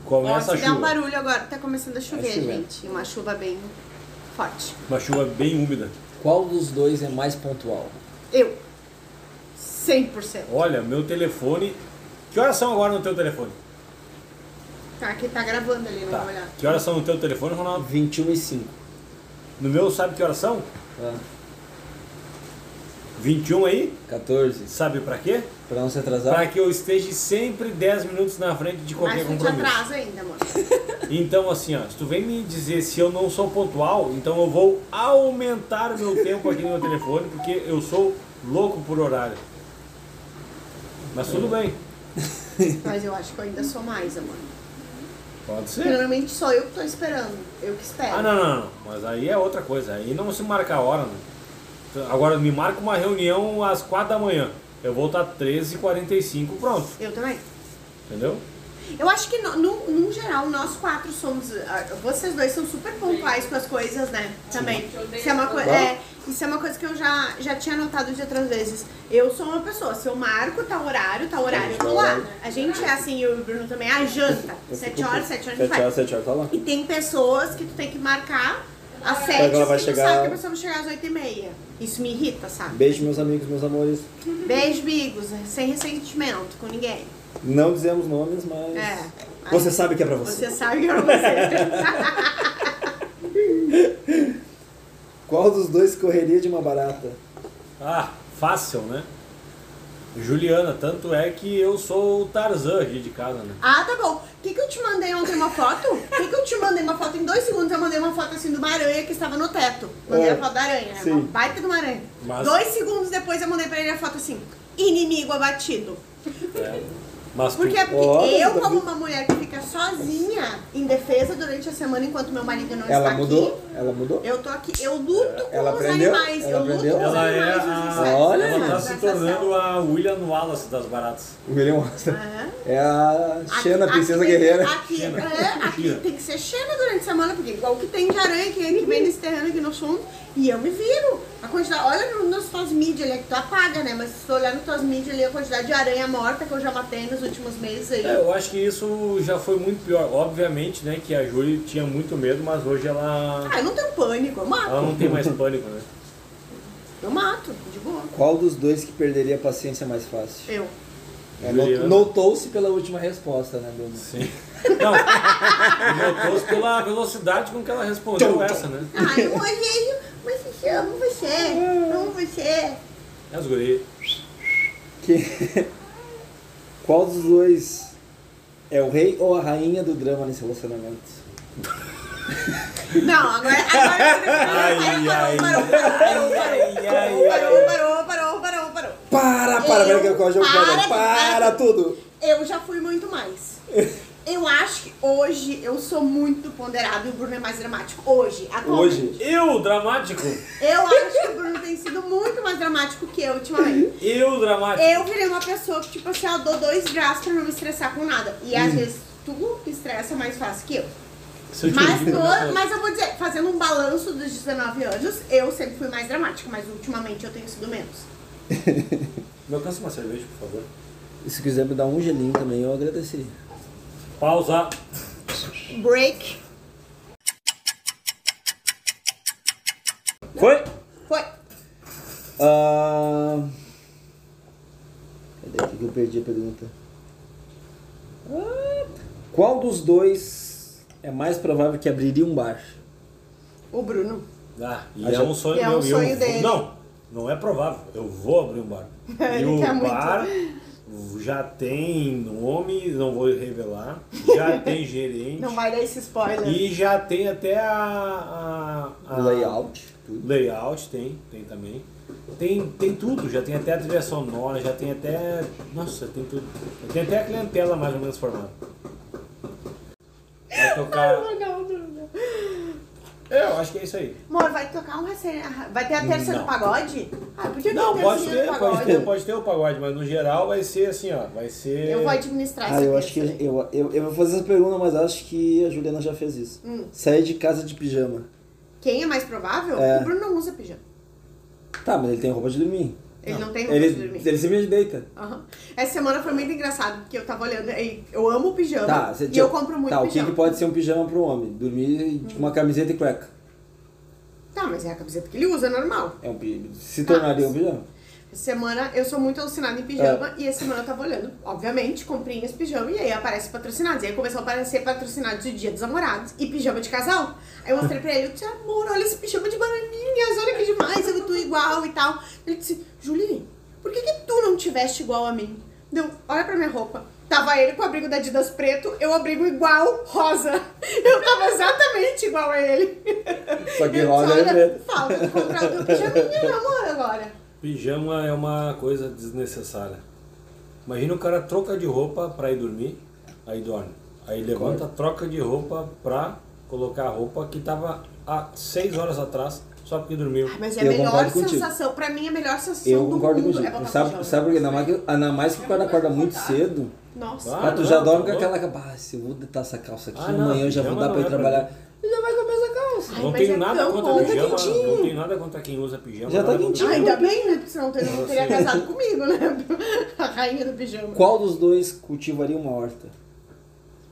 Ó, Começa a se der um chuva. barulho agora, tá começando a chover, chover. gente. Uma chuva bem forte. Uma chuva bem úmida. Qual dos dois é mais pontual? Eu. 100%. Olha, meu telefone. Que horas são agora no teu telefone? Tá, que tá gravando ali, não Tá. vou olhar. Que horas são no teu telefone, Ronaldo? 21 e 5. No meu, sabe que horas são? Ah, 21 aí? 14. Sabe pra quê? Pra não se atrasar. Pra que eu esteja sempre 10 minutos na frente de qualquer Mas tu te compromisso. atrasa ainda, amor. Então, assim, ó, se tu vem me dizer se eu não sou pontual, então eu vou aumentar o meu tempo aqui no meu telefone, porque eu sou louco por horário. Mas tudo bem. Mas eu acho que eu ainda sou mais, amor. Pode Porque ser. Normalmente sou eu que tô esperando. Eu que espero. Ah, não, não, não. Mas aí é outra coisa. Aí não se marca a hora. Né? Então, Agora me marca uma reunião às 4 da manhã. Eu vou estar 13h45 pronto. Eu também. Entendeu? Eu acho que, no, no, no geral, nós quatro somos. ah, Vocês dois são super pontuais com as coisas, né? Também. Eu odeio Isso é uma, coi- Claro. é, isso é uma coisa que eu já, já tinha notado de outras vezes. Eu sou uma pessoa, se eu marco tal horário, tal horário, eu tô lá. A gente é assim, eu e o Bruno também. Ah, janta. Eu Sete fico- horas, sete horas a gente Sete horas, vai. sete horas, tá lá. E tem pessoas que tu tem que marcar às sete, que ela porque vai tu chegar- sabe que a pessoa vai chegar às oito e meia. Isso me irrita, sabe? Beijo, meus amigos, meus amores. Beijo, bigos. Sem ressentimento com ninguém. Não dizemos nomes, mas. É. Você sabe que é pra você. Você sabe que eu não você. Qual dos dois correria de uma barata? Ah, fácil, né? Juliana, tanto é que eu sou o Tarzan aqui de casa, né? Ah, tá bom. O que, que eu te mandei ontem uma foto? O que, que eu te mandei uma foto em dois segundos? Eu mandei uma foto assim de uma aranha que estava no teto. Mandei É. a foto da aranha. né? Sim. Uma baita de uma aranha. Mas- Dois segundos depois eu mandei pra ele a foto assim: inimigo abatido. É. Mas Por tu- quê? Porque Olha, eu, tá como bem. uma mulher que fica sozinha, indefesa durante a semana, enquanto meu marido não Ela está mudou? aqui, Ela mudou? eu tô aqui, eu luto com Ela os aprendeu? animais. Ela eu luto aprendeu? com os Ela é animais, os a- insetos. é Olha! ela tá nessa se selva. tornando a William Wallace das baratas. O William Wallace. Aham. É a Xena, Aqui- Princesa aqui tem- Guerreira. Aqui, Xena. é, aqui Xena. tem que ser Xena durante a semana, porque igual que tem de aranha que, que vem nesse terreno aqui no fundo, e eu me viro. A quantidade, olha no- nos tuas mídias ali, é que tu apaga, né? Mas se tu olhar nos tuas mídias ali, a quantidade de aranha morta que eu já matei nos últimos meses aí. É, eu acho que isso já foi muito pior. Obviamente, né, que a Júlia tinha muito medo, mas hoje ela, Ah, eu não tenho pânico, eu Ah. mato. ela não tem mais pânico, né? Eu mato, de boa. Qual dos dois que perderia a paciência mais fácil? Eu. É, Juliana. not- Notou-se pela última resposta, né, Bruno? Sim. Não, notou pela velocidade com que ela respondeu essa, né? Ah, eu olhei, mas eu amo você, amo você. É os guri. Que- Qual dos dois é o rei ou a rainha do drama nesse relacionamento? Não, agora, agora, parou, parou, parou, parou, parou, parou, parou, parou, parou. Para, para, Eu- peraí que eu quase jogo para, fora. Para para. tudo! Eu já fui muito mais. Eu acho que hoje eu sou muito ponderado e o Bruno é mais dramático. Hoje, atualmente. Hoje. Eu, dramático! Eu acho que o Bruno tem sido muito mais dramático que eu ultimamente. Eu, dramático! Eu virei uma pessoa que, tipo assim, eu dou dois braços pra não me estressar com nada. E às vezes tu estressa mais fácil que eu. Se Uhum. eu te Mas, digo, no- né? mas eu vou dizer, fazendo um balanço dos 19 anos, eu sempre fui mais dramática, mas ultimamente eu tenho sido menos. Me alcança uma cerveja, por favor. E se quiser me dar um gelinho também, eu agradeceria. Pausa. Break. Foi? Foi. Ah, Cadê aqui que eu perdi a pergunta? Ah, Qual dos dois é mais provável que abriria um bar? O Bruno. Ah, e Ah, é já- um sonho E é um meu. eu sonho vou- dele. Não, não é provável. Eu vou abrir um bar. Ele e o quer muito. bar já tem nome, não vou revelar. Já tem gerente. Não vai dar esse spoiler. E já tem até a. Ah. a- a- Layout, tudo. Layout tem, tem também. Tem, tem tudo, já tem até a trilha sonora, já tem até. Nossa, tem tudo. Tem até a clientela mais ou menos formada. Vai tocar. Ah, Não, Bruna. É, eu acho que é isso aí. Amor, vai tocar um recém. Vai ter a terça do Não. pagode? Ah, podia ter Não, a pode tercinha ter, do pode pagode. ter, pode ter o pagode, mas no geral vai ser assim, ó. Vai ser. Eu vou administrar Ah, essa é eu acho que terça. eu, eu, eu vou fazer essa pergunta, mas acho que a Juliana já fez isso. Hum. Sair de casa de pijama. Quem é mais provável? É. O Bruno não usa pijama. Tá, mas ele tem roupa de dormir. Ele não, tem roupa Ele, de dormir. ele simplesmente deita. Aham. Essa semana foi muito engraçado, porque eu tava olhando aí. Eu amo pijama Tá, você e tinha- eu compro muito Tá, o que, pijama. Hum. que pode ser um pijama pro homem? Dormir com uma camiseta e cueca. Tá, mas é a camiseta que ele usa, é normal. É um pi- Se Ah, tornaria um pijama. Essa semana eu sou muito alucinada em É. pijama e essa semana eu tava olhando, obviamente, comprinhas pijama e aí aparece patrocinados. E aí começou a aparecer patrocinados de Dia dos Namorados e pijama de casal. Aí eu mostrei pra ele, eu disse, amor, olha esse pijama de bananinhas, olha que demais, eu tô igual e tal. Ele disse, Julie, por que, que tu não tiveste igual a mim? Deu, olha pra minha roupa. Tava ele com o abrigo da Adidas preto, eu abrigo igual rosa. Eu tava exatamente igual a ele. Só que Eu disse, rosa é "Olha, preto." Falta de comprar o teu pijaminha, meu amor, agora. Pijama é uma coisa desnecessária. Imagina o cara troca de roupa pra ir dormir, aí dorme. Aí levanta, troca de roupa pra colocar a roupa que tava há seis horas atrás, só porque dormiu. Mas é a Eu melhor concordo contigo. sensação, pra mim, é a melhor sensação Eu do concordo mundo é contigo. botar Sabe, pijama. sabe por quê? Ainda mais que- ainda mais que o cara acorda muito Ah, cedo. Nossa. Ah, Ah, tu não, já tá dorme com bom. aquela capa. Ah, se eu vou deitar essa calça aqui, Ah, não, amanhã eu já vou pijama dar não pra ir é pra trabalhar. Ai, não mas tenho é nada tão contra bom, pijama, quentinho. não tenho nada contra quem usa pijama. Já tá nada contra- Ah, quentinho. ainda bem, né? Porque senão eu não teria casado comigo, né? A rainha do pijama. Qual dos dois cultivaria uma horta?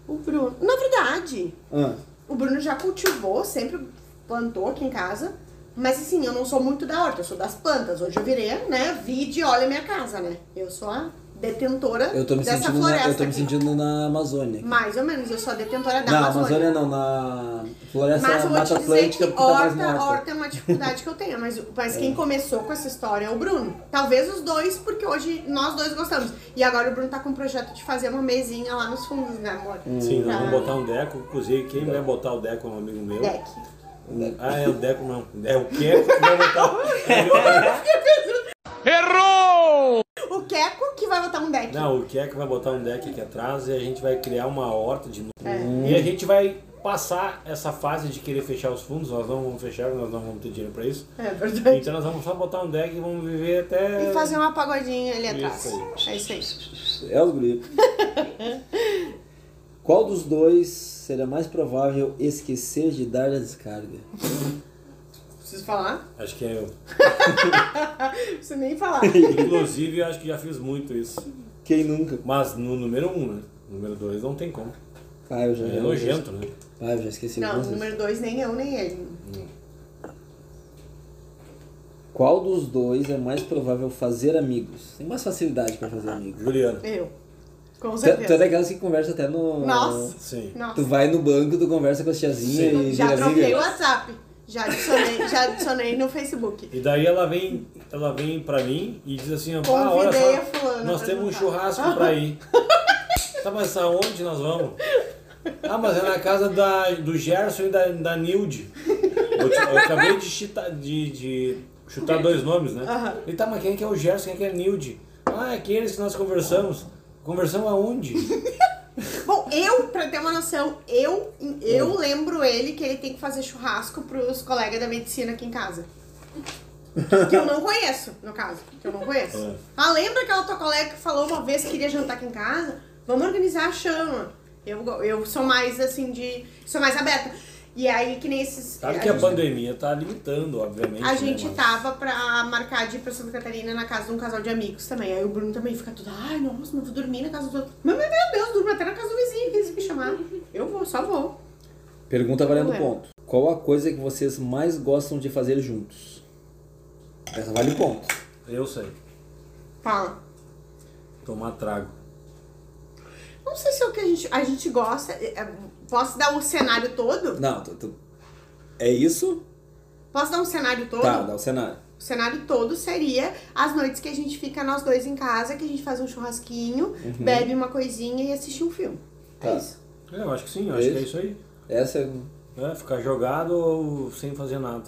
O Bruno. Na verdade, Ah, o Bruno já cultivou, sempre plantou aqui em casa. Mas assim, eu não sou muito da horta, eu sou das plantas. Hoje eu virei, né? Vide e olha a minha casa, né? Eu sou a detentora eu tô me dessa sentindo na, floresta. eu tô me aqui. sentindo na Amazônia. Mais ou menos, eu sou a detentora da na Amazônia. Amazônia não, na floresta Mas eu vou Mata te dizer que Atlântica, porque tá mais É. horta, morta. horta é uma dificuldade que eu tenho, mas, mas quem começou com essa história é o Bruno. Talvez os dois, porque hoje nós dois gostamos. E agora o Bruno tá com o projeto de fazer uma mesinha lá nos fundos, né, amor? Hum. Sim, nós Pra- vamos botar um deco. Inclusive, quem vai botar o deco é um amigo meu. Deck. Ah, é o deco não. É o que vai botar. Eu fiquei pensando, O Keco que vai botar um deck. Não, o que é que vai botar um deck aqui atrás e a gente vai criar uma horta de núcleo. É. E a gente vai passar essa fase de querer fechar os fundos, nós não vamos fechar, nós não vamos ter dinheiro pra isso. É verdade. Então nós vamos só botar um deck e vamos viver até. E fazer uma pagodinha ali atrás. Isso É isso aí. É os guri. Qual dos dois seria mais provável esquecer de dar a descarga? Preciso falar? Acho que é eu. Não preciso nem falar. Inclusive, eu acho que já fiz muito isso. Quem nunca? Mas no número um, né? Número dois não tem como. Ah, eu já. É nojento, né? Ah, eu já esqueci. Não, algumas vezes. número dois nem eu, nem ele. Qual dos dois é mais provável fazer amigos? Tem mais facilidade pra fazer amigos. Juliano. Eu. Ah, Com Tu, tu é certeza. daquelas que conversa até no. Nossa. Sim. Tu Nossa. vai no banco, tu conversa com as tiazinhas e Já vira troquei o amiga. WhatsApp. Já adicionei, já adicionei no Facebook. E daí ela vem, ela vem pra mim e diz assim, ó, "Pá, olha Convidei a só, fulana. nós pra temos um jantar." churrasco pra ir. tá, mas aonde nós vamos? Ah, mas é na casa da, do Gerson e da, da Nilde. Eu, te- eu acabei de chutar, de, de chutar dois nomes, né? Aham. Ele tá, mas quem é que é o Gerson, quem é que é a Nilde? Ah, é aqueles que nós conversamos. Conversamos aonde? Bom, eu, pra ter uma noção, eu, É. eu lembro ele que ele tem que fazer churrasco pros colegas da medicina aqui em casa. Que eu não conheço, no caso. Que eu não conheço. É. Ah, lembra aquela tua colega que falou uma vez que queria jantar aqui em casa? Vamos organizar a chama. Eu, go- eu sou mais assim de. sou mais aberta. E aí, que nem esses. Claro É, a que a gente- pandemia tá limitando, obviamente. É a né, gente tá. mas- tava pra marcar de ir pra Santa Catarina na casa de um casal de amigos também. Aí o Bruno também fica tudo, ai, nossa, não vou dormir na casa dos outros. Mas, meu Deus, durmo até na casa do vizinho, que eles me chamaram. Uhum. Eu vou, só vou. Pergunta valendo Não é. ponto. Qual a coisa que vocês mais gostam de fazer juntos? Essa vale ponto. Eu sei. Fala. Tomar trago. Não sei se é o que a gente, a gente gosta. é- é- Posso dar o cenário todo? Não, tu, tu- é isso? Posso dar um cenário todo? Tá, dá o cenário. O cenário todo seria as noites que a gente fica nós dois em casa, que a gente faz um churrasquinho, bebe uma coisinha e assiste um filme. Uhum. Tá. É isso. É, eu acho que sim, eu acho que é isso aí. Essa é. É, ficar jogado ou sem fazer nada.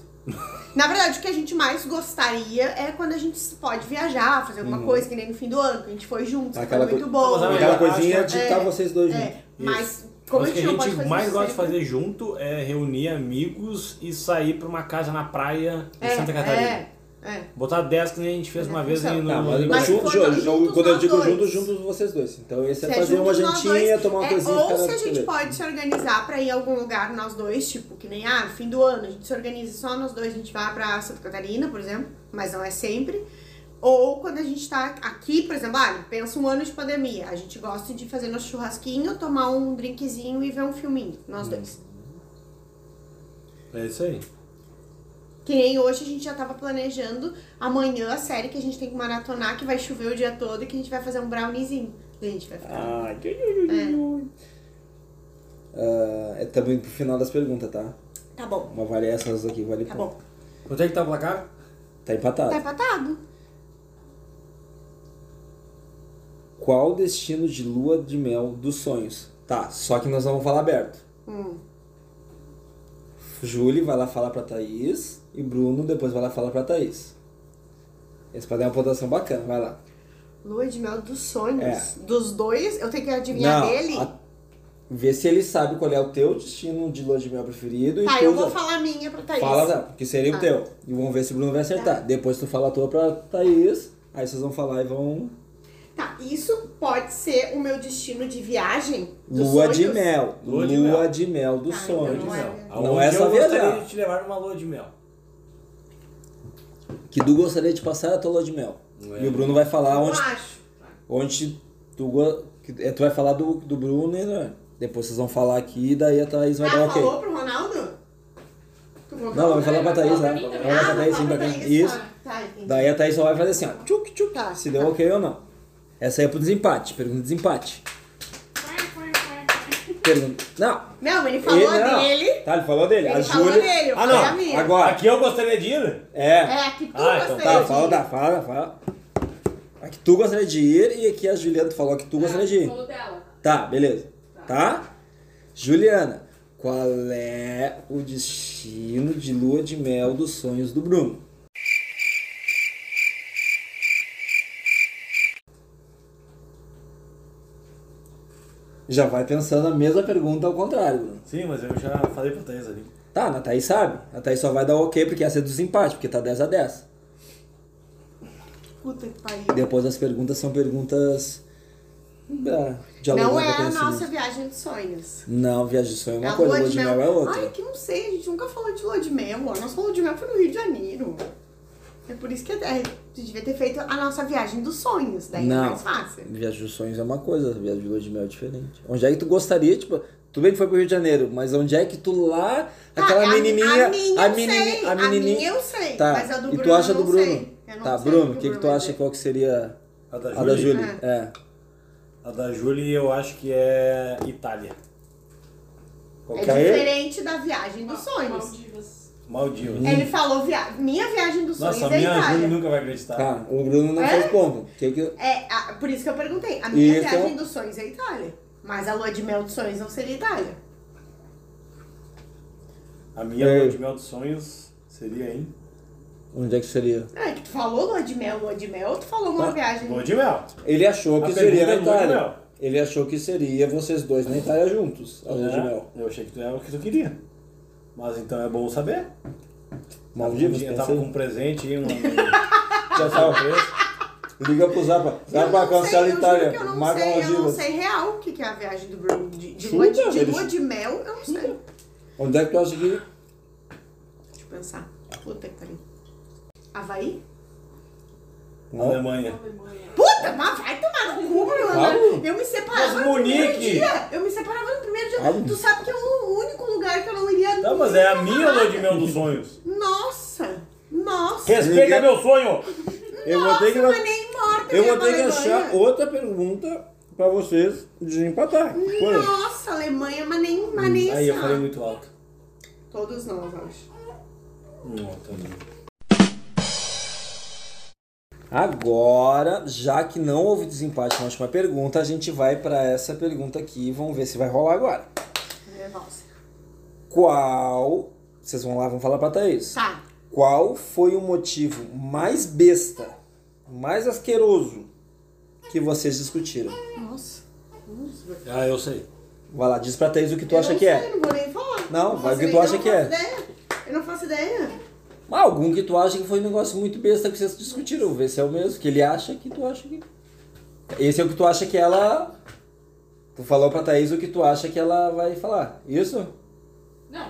Na verdade, o que a gente mais gostaria é quando a gente pode viajar, fazer alguma coisa, que nem no fim do ano, que a gente foi juntos, que foi Uhum. Aquela muito coi- bom. Mas a Aquela acho coisinha que- de estar é, vocês dois juntos. É, mas como Mas o que a gente a não pode gente fazer mais isso gosta de sempre- fazer junto é reunir amigos e sair pra uma casa na praia de é, Santa Catarina. É, é. Botar 10 que nem a gente fez uma vez Tá, no, Tá, no- mas, Mas junto- quando jo- juntos jo- quando eu nós digo dois. juntos, juntos vocês dois. Então esse Se é, é fazer uma juntos nós jantinha, dois, tomar uma é, coisinha e Ou ficar se na a gente TV. pode se organizar pra ir a algum lugar nós dois, tipo, que nem, ah, fim do ano, a gente se organiza só nós dois, a gente vai pra Santa Catarina, por exemplo, mas não é sempre. Ou quando a gente tá aqui, por exemplo, ah, pensa um ano de pandemia, a gente gosta de fazer nosso churrasquinho, tomar um drinkzinho e ver um filminho, nós Hum. dois. É isso aí. Que nem hoje a gente já tava planejando amanhã a série que a gente tem que maratonar, que vai chover o dia todo e que a gente vai fazer um browniezinho. A gente vai ficar. Ah, que- Ah, é também pro final das perguntas, tá? Tá bom, Uma vale essas aqui, vale tá ponto. bom. Quanto é que tá o placar? Tá empatado. Tá empatado. Qual o destino de lua de mel dos sonhos? Tá, só que nós vamos falar aberto. Hum. Júlio vai lá falar pra Thaís e Bruno depois vai lá falar pra Thaís. Esse pra dar uma pontuação bacana, vai lá. Lua de mel dos sonhos. Dos dois, eu tenho que adivinhar É. Não, dele? a- Vê se ele sabe qual é o teu destino de lua de mel preferido e Tá, tu eu vou usa- falar a minha pra Thaís. Fala, não, porque seria Ah. o teu. E vamos ver se o Bruno vai acertar. Depois tu fala a tua pra Thaís, aí vocês vão falar e vão. Tá, isso pode ser o meu destino de viagem? Dos Lua de sonhos? mel. Lua Lua de de mel. mel, dos Ah, então sonhos. não é. Não é Aonde só eu gostaria viajar. de te levar numa lua de mel. Que tu gostaria de passar a tua lua de mel. Não é. E o Bruno vai falar Eu onde, acho. onde tu. go- que- é, Tu vai falar do, do Bruno e né? depois vocês vão falar aqui e daí a Thaís vai dar um Ah, ok. falou pro Ronaldo? Tu falou pro Não, ela vai falar Ronaldo? pra Thaís, né? Ah, Ela vai pra Thaís, sim, falou pra pra cá. Thaís, Isso. tá, Tá, entendi. Daí a Thaís só vai fazer assim, ó. Tchuc, tchuc. Tá, Se deu tá. ok ou não. Essa aí é pro desempate. Pergunta de desempate. Pergunta. Não. Não, ele falou Ele- a não. dele. Tá, ele falou dele. Ele a falou Júlia. dele, eu ah, falei a não. minha. Agora. Aqui eu gostaria de ir? É. É, que tu Ah, então gostaria Tá, de- fala, da, fala, fala. A que tu gostaria de ir e aqui a Juliana tu falou que tu gostaria de ir. Falou dela. Tá, beleza. Tá? Juliana, qual é o destino de lua de mel dos sonhos do Bruno? Já vai pensando a mesma pergunta ao contrário, Bruno. Sim, mas eu já falei pra Thaís ali. Tá, a Thaís sabe. A Thaís só vai dar ok porque essa é dos empates, porque tá 10 a 10. Puta que pariu. Depois as perguntas são perguntas. ah, dialogando Não é a conhecimento. nossa viagem de sonhos. Não, viagem de sonho é é uma a coisa, lua lua de mel é outra. Ai, que não sei, a gente nunca falou de lua de mel. A nossa lua de mel foi no Rio de Janeiro. É por isso que é, tu devia ter feito a nossa viagem dos sonhos, daí é Não. mais fácil. Viagem de sonhos é uma coisa, viagem de lua de mel é diferente. Onde é que tu gostaria, tipo, tu bem que foi pro Rio de Janeiro, mas onde é que tu lá, aquela Ah, a- menininha, a minha, eu menini- sei, a menininha, a minha eu sei, tá. mas a do e Bruno tu acha eu do não Bruno? sei. Eu não tá, sei Bruno, o o que que, o que tu Bruno Ah, acha vai qual que seria A da a da Júlia? Júlia? É. A da Júlia eu acho que é Itália. É que é? diferente da viagem Ah, dos sonhos. Maldivas. Maldivas. É, Ele falou, via... minha viagem dos sonhos Nossa, é a a minha Júlia Itália. nunca vai acreditar. Tá, o Bruno não É? fez ponto. Que que... É, a- por isso que eu perguntei. A minha Isso. viagem dos sonhos é Itália. Mas a lua de mel dos sonhos não seria Itália. A minha É. lua de mel dos sonhos seria, hein? Onde é que seria? É que tu falou lua de mel, lua de mel, ou tu falou uma viagem. Lua de mel. Ele achou A que pergunta seria na é lua de Itália. mel. Ele achou que seria vocês dois na Itália juntos, a lua de É, mel. Eu achei que tu era o que tu queria. Mas então é bom saber. Maldivas, eu pensa tava aí. com um presente e um. Já tava Liga pro Zapa. Eu Zapa, não sei, cancela eu juro Itália. que Eu não Marca sei, eu não Maldivas. sei real o que que é a viagem do Bruno. De, de lua, de, Chuta, de ele- lua de mel, eu não sei. Onde é que tu acha que Deixa eu pensar. Puta que pariu. Havaí? Alemanha. Alemanha. Puta, mas vai tomar no cu, meu Claro. Eu me separava Mas no primeiro Munique. dia. Eu me separava no primeiro dia. Claro. Tá, Tu sabe que é o único lugar que eu não iria Não, mas é a minha lua de mel dos sonhos. Nossa! Nossa! Respeita meu sonho! Eu vou Nossa, ter que, mas nem morta eu minha vou ter que Alemanha. achar outra pergunta pra vocês desempatar. Por aí. Nossa, Alemanha, mas nem, mas Hum, nem Aí eu assim, ó. falei muito alto. Todos nós, eu acho. Não, tá bom. Agora, já que não houve desempate na última pergunta, a gente vai pra essa pergunta aqui. Vamos ver se vai rolar agora. Nervosa. Qual. Vocês vão lá, vão falar pra Thaís. Tá. Qual foi o motivo mais besta, mais asqueroso que vocês discutiram? Nossa. Ah, eu sei. Vai lá, diz pra Thaís o que tu Eu acha não que sei, é. Não vou nem falar. Não, faço vai o que tu ideia, acha eu não que é. faço ideia. Eu não faço ideia. Mas algum que tu acha que foi um negócio muito besta que vocês discutiram, ver se é o mesmo, que ele acha que tu acha que. Esse é o que tu acha que ela. Tu falou pra Thaís o que tu acha que ela vai falar. Isso? Não.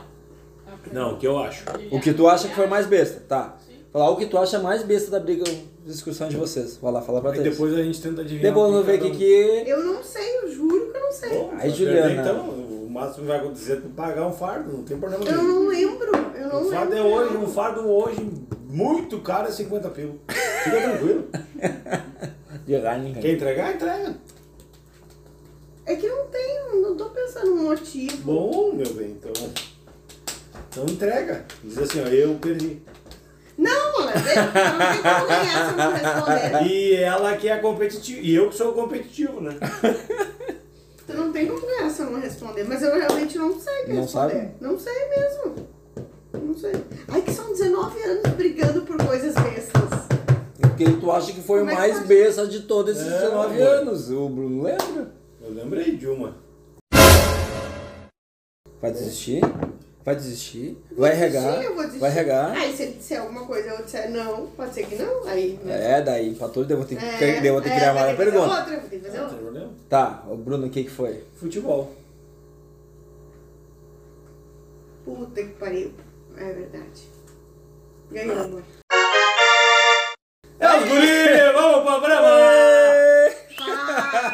Ah, foi. Não, o que eu acho. O que tu acha que foi mais besta, tá. Sim. Falar o que tu acha mais besta da briga, discussão de vocês. Vai lá, fala pra Aí Thaís. depois a gente tenta adivinhar. Depois vamos ver o cada que um. que. Eu não sei, eu juro que eu não sei. Bom, Aí, vai Juliana. perder, Então, o máximo que vai acontecer é tu pagar um fardo, não tem problema Eu nenhum. não lembro. Eu não Um fardo lembro. é hoje, um fardo hoje muito caro é 50 pila. Fica tranquilo. Quer entregar, entrega. É que não tem, não tô pensando no motivo. Bom, meu bem, então. Então entrega. Diz assim, ó, eu perdi. Não, mano, eu não tem como ganhar se eu não responder. E ela que é competitiva. E eu que sou competitivo, né? Tu não tem como ganhar se eu não responder. Mas eu realmente não sei o que Não responder. sabe? Não sei mesmo. Não sei. Ai, que são 19 anos brigando por coisas bestas. O que tu acha que foi o Como é que mais tu acha? besta de todos esses É, 19 amor. anos? O Bruno lembra? Eu lembrei de uma. Vai desistir? Vai desistir? Vai regar? Sim, eu vou desistir. Vai regar? Aí se ele disser alguma coisa eu disser não, pode ser que não. Aí. né? É, daí empatou, daí eu vou ter que, É, daí eu vou ter que é, gravar vai a ter que fazer pergunta. outra, vai ter que fazer Não tem outra. problema. Tá, o Bruno, o que que foi? Futebol. Puta que pariu. É verdade. Ganhamos. É os guri, vamos pra Brama!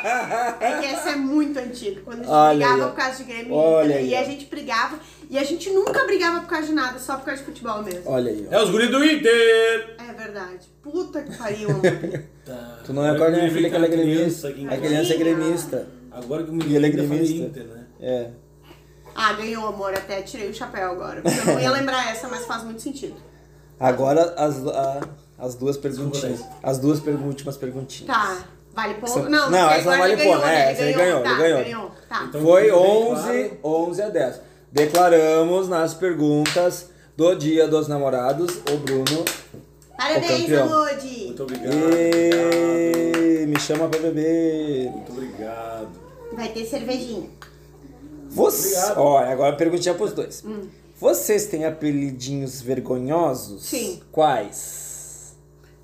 Ah, é que essa é muito antiga. Quando a gente Olha brigava aí, ó. por causa de Grêmio né, Olha e aí, a ó. gente brigava. E a gente nunca brigava por causa de nada, só por causa de futebol mesmo. Olha aí, ó. É os guri do Inter! É verdade. Puta que pariu, amor. Tá. Tu não é agora minha filha que ela é gremista. aqui em A casa. criança é gremista. Agora que o E ele é menino ainda fala gremista. Inter, né? É. Ah, ganhou, amor. Até tirei o chapéu agora. Porque eu não ia lembrar essa, mas faz muito sentido. Agora as, a- as duas perguntinhas. As duas pergun- últimas perguntinhas. Tá. Vale ponto? São- Não, Não, porque essa não agora vale ele ganhou, ponto, né? é, Ele essa ele ganhou, ganhou, tá, ele ganhou. Tá. Então- Foi tudo bem, 11, 11 a 10. Declaramos nas perguntas do Dia dos Namorados o Bruno. o Parabéns, campeão. Então- Alude! Muito obrigado. E... Me chama pra beber. Muito obrigado. Vai ter cervejinha. Você, ó, é, agora perguntinha pros dois. Hum. Vocês têm apelidinhos vergonhosos? Sim. Quais?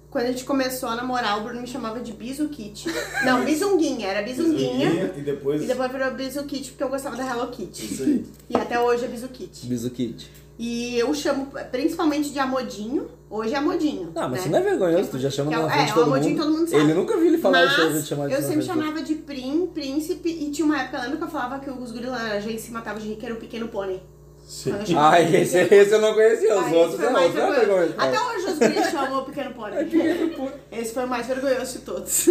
Quando a gente começou a namorar, o Bruno me chamava de Bizuquite. Não, Bizunguinha, era Bizunguinha. E depois. um E depois virou Bizuquite porque eu gostava da Hello Kitty. Isso aí. E até hoje é Bizuquite. Bizukid. E eu chamo principalmente de Amodinho. Hoje é Amodinho. Não, mas né? isso não é vergonhoso, tu já chama Que é, na o- frente é, de o todo Amodinho mundo. todo mundo sabe. Ele nunca viu ele falar isso, mas ele chamava de eu na sempre frente. chamava de Prim, Príncipe, e tinha uma época, lembra que eu falava que os guri lá na agência se matavam de rico, era o Pequeno Pônei. Quando eu chamava Ai, de Ah, esse, Pequeno esse eu não conhecia, os Pônei, outros esse foi não, mais os não é vergonhoso. vergonhoso. Até hoje os guri chamam o Pequeno Pônei. Esse foi o mais vergonhoso de todos.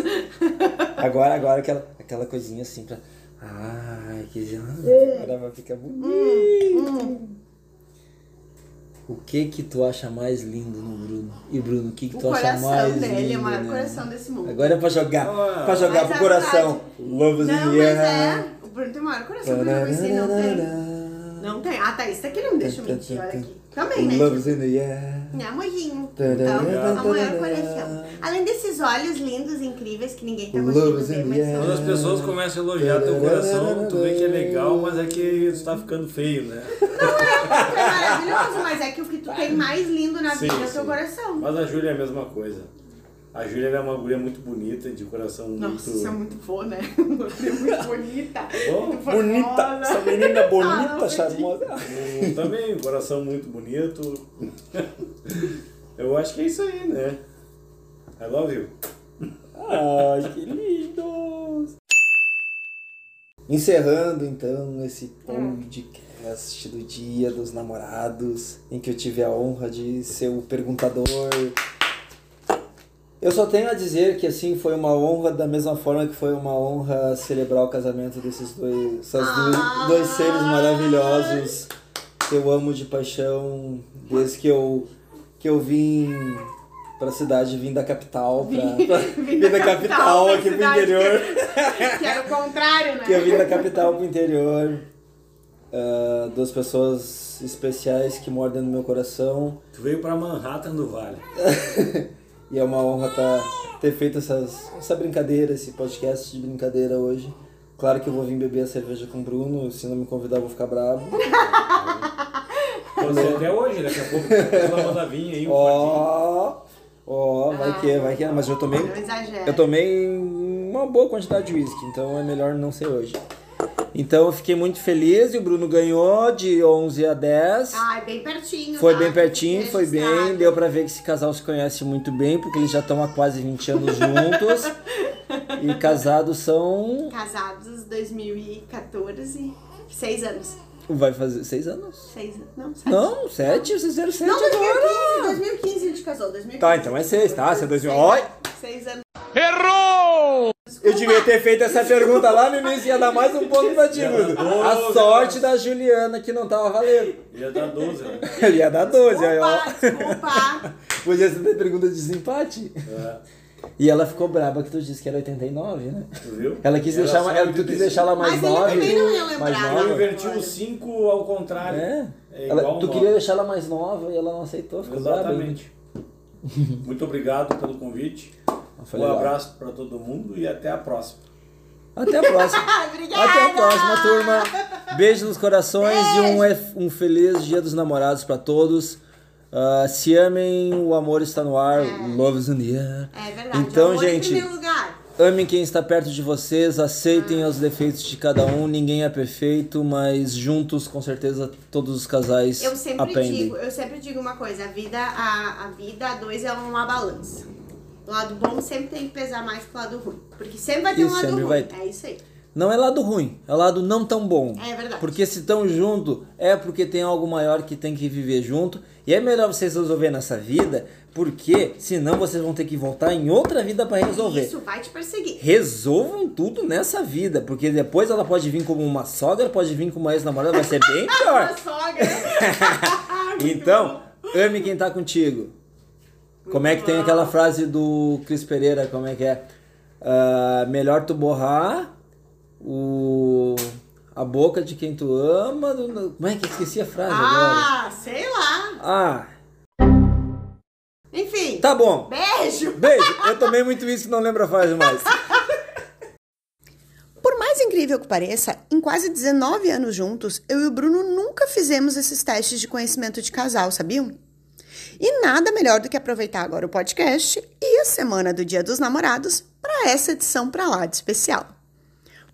Agora, agora, aquela, aquela coisinha assim pra... Ai, que... Hum. Agora vai ficar bonito. O que que tu acha mais lindo no Bruno? E Bruno, o que que O tu acha Então mais coração dele, é lindo? o maior né? coração desse mundo. Agora é pra jogar, pra jogar Mas pro a coração. Um Love não, mas né? é. O Bruno tem o maior coração, porque eu pensei, não tem. tem. Não tem. Ah, tá, isso aqui não me deixa mentir, olha aqui. Também, né? Love's Um in the air. Né, amorzinho? Tarará, Então, a maior tarará. coração. Além desses olhos lindos, incríveis, que ninguém tá Love conseguindo is ver, in mas the air. Quando são. as pessoas começam a elogiar teu coração, tu vê que é legal, mas é que tu tá ficando feio, né? É maravilhoso, mas é que o que tu tem mais lindo na vida é o teu coração. Mas a Júlia é a mesma coisa. A Júlia é uma guria muito bonita, de coração Nossa, muito. isso é muito bom, né? Você é muito bonita. Bom, Bonita, formosa. essa menina Ah, bonita, não charmosa. um- também, um coração muito bonito. Eu acho que é isso aí, né? I love you. Ai, que lindos. Encerrando então esse podcast do Dia dos Namorados, em que eu tive a honra de ser o perguntador. Eu só tenho a dizer que assim foi uma honra da mesma forma que foi uma honra celebrar o casamento desses dois, essas duas- Ah. dois seres maravilhosos que eu amo de paixão desde que eu que eu vim pra cidade, vim da capital, pra, pra- vim da capital, pra aqui pro cidade. interior. Que era o contrário, né? Que eu vim da capital pro interior. ah, duas pessoas especiais que moram dentro do meu coração. Tu veio pra Manhattan do Vale. E é uma honra tá, ter feito essas, essa brincadeira, esse podcast de brincadeira hoje. Claro que eu vou vir beber a cerveja com o Bruno, se não me convidar eu vou ficar bravo. Pode ser até hoje, daqui a pouco ela manda vir aí um oh. Ó, ó, vai que, é, vai que, é, mas eu tomei Não exagera. Eu tomei uma boa quantidade de uísque, então é melhor não ser hoje. Então eu fiquei muito feliz e o Bruno ganhou de 11 a 10. Ai, Ah, bem pertinho. foi tá? bem pertinho, foi bem. Registrado. Deu pra ver que esse casal se conhece muito bem, porque eles já estão há quase 20 anos juntos. e casados são. Casados 2014. Seis anos. Vai fazer 6 anos? Seis anos. Não, sete. Não, 7? Vocês fizeram 7 Não, agora! 2015, 2015 a gente casou, 2015. Tá, então é 6, tá? Se é 2000. Oi! Seis anos. Eu devia ter feito essa pergunta lá no início, ia dar mais um ponto pra ti, Bruno. A sorte da Juliana que não tava valendo. Já tá 12, né? Ele ia dar 12, aí é, ó. Opa, desculpa. Podia ser é, pergunta de desempate. É, E ela ficou braba que tu disse que era 89, né? tu viu? Ela quis Era deixar, só uma- ela, tu quis 85. deixar ela mais Mas ele 9. também não ia mais lembrar, Eu né? nova. inverti o 5 ao contrário. É. É Ela- igual tu um queria nove. deixar ela mais nova e ela não aceitou, ficou braba. hein? Exatamente. Muito obrigado pelo convite. Foi um legal. abraço para todo mundo e até a próxima. Até a próxima. Obrigada. Até a próxima, turma. Beijo nos corações e um, ef- um feliz Dia dos Namorados pra todos. Ah, se amem, o amor está no ar. Love is in the air. É verdade. Então, amor gente, Em primeiro lugar. Amem quem está perto de vocês, aceitem os defeitos de cada um, ninguém é perfeito, mas juntos, com certeza, todos os casais Eu sempre aprendem. digo, eu sempre digo uma coisa, a vida, a, a vida a dois é uma balança. O lado bom sempre tem que pesar mais que o lado ruim. Porque sempre vai ter E um lado sempre ruim. vai ter. É isso aí. Não é lado ruim, é lado não tão bom. É verdade. Porque se estão junto, é porque tem algo maior que tem que viver junto. E é melhor vocês resolverem nessa vida, porque senão vocês vão ter que voltar em outra vida pra resolver. Isso vai te perseguir. Resolvam tudo nessa vida, porque depois ela pode vir como uma sogra, pode vir como uma ex-namorada, vai ser bem pior. A sogra. Muito Então, ame quem tá contigo. Como é que tem aquela frase do Cris Pereira? Como é que é? Ah, melhor tu borrar o, a boca de quem tu ama. do- do- Como é que eu esqueci a frase agora? Ah, sei lá. Ah, Enfim. tá bom. Beijo. Beijo. Eu tomei muito isso e não lembro a frase mais. Por mais incrível incrível que pareça, em quase 19 anos juntos, eu e o Bruno nunca fizemos esses testes de conhecimento de casal, sabiam? E nada melhor do que aproveitar agora o podcast e a semana do Dia dos Namorados para essa edição para lá de especial.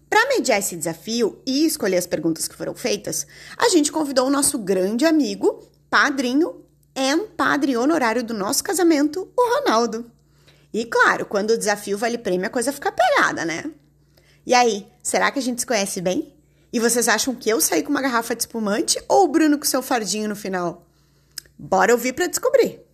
Para mediar esse desafio e escolher as perguntas que foram feitas, a gente convidou o nosso grande amigo, padrinho e padre honorário do nosso casamento, o Ronaldo. E claro, quando o desafio vale prêmio, a coisa fica pegada, né? E aí, será que a gente se conhece bem? E vocês acham que eu saí com uma garrafa de espumante ou o Bruno com seu fardinho no final? Bora ouvir para descobrir!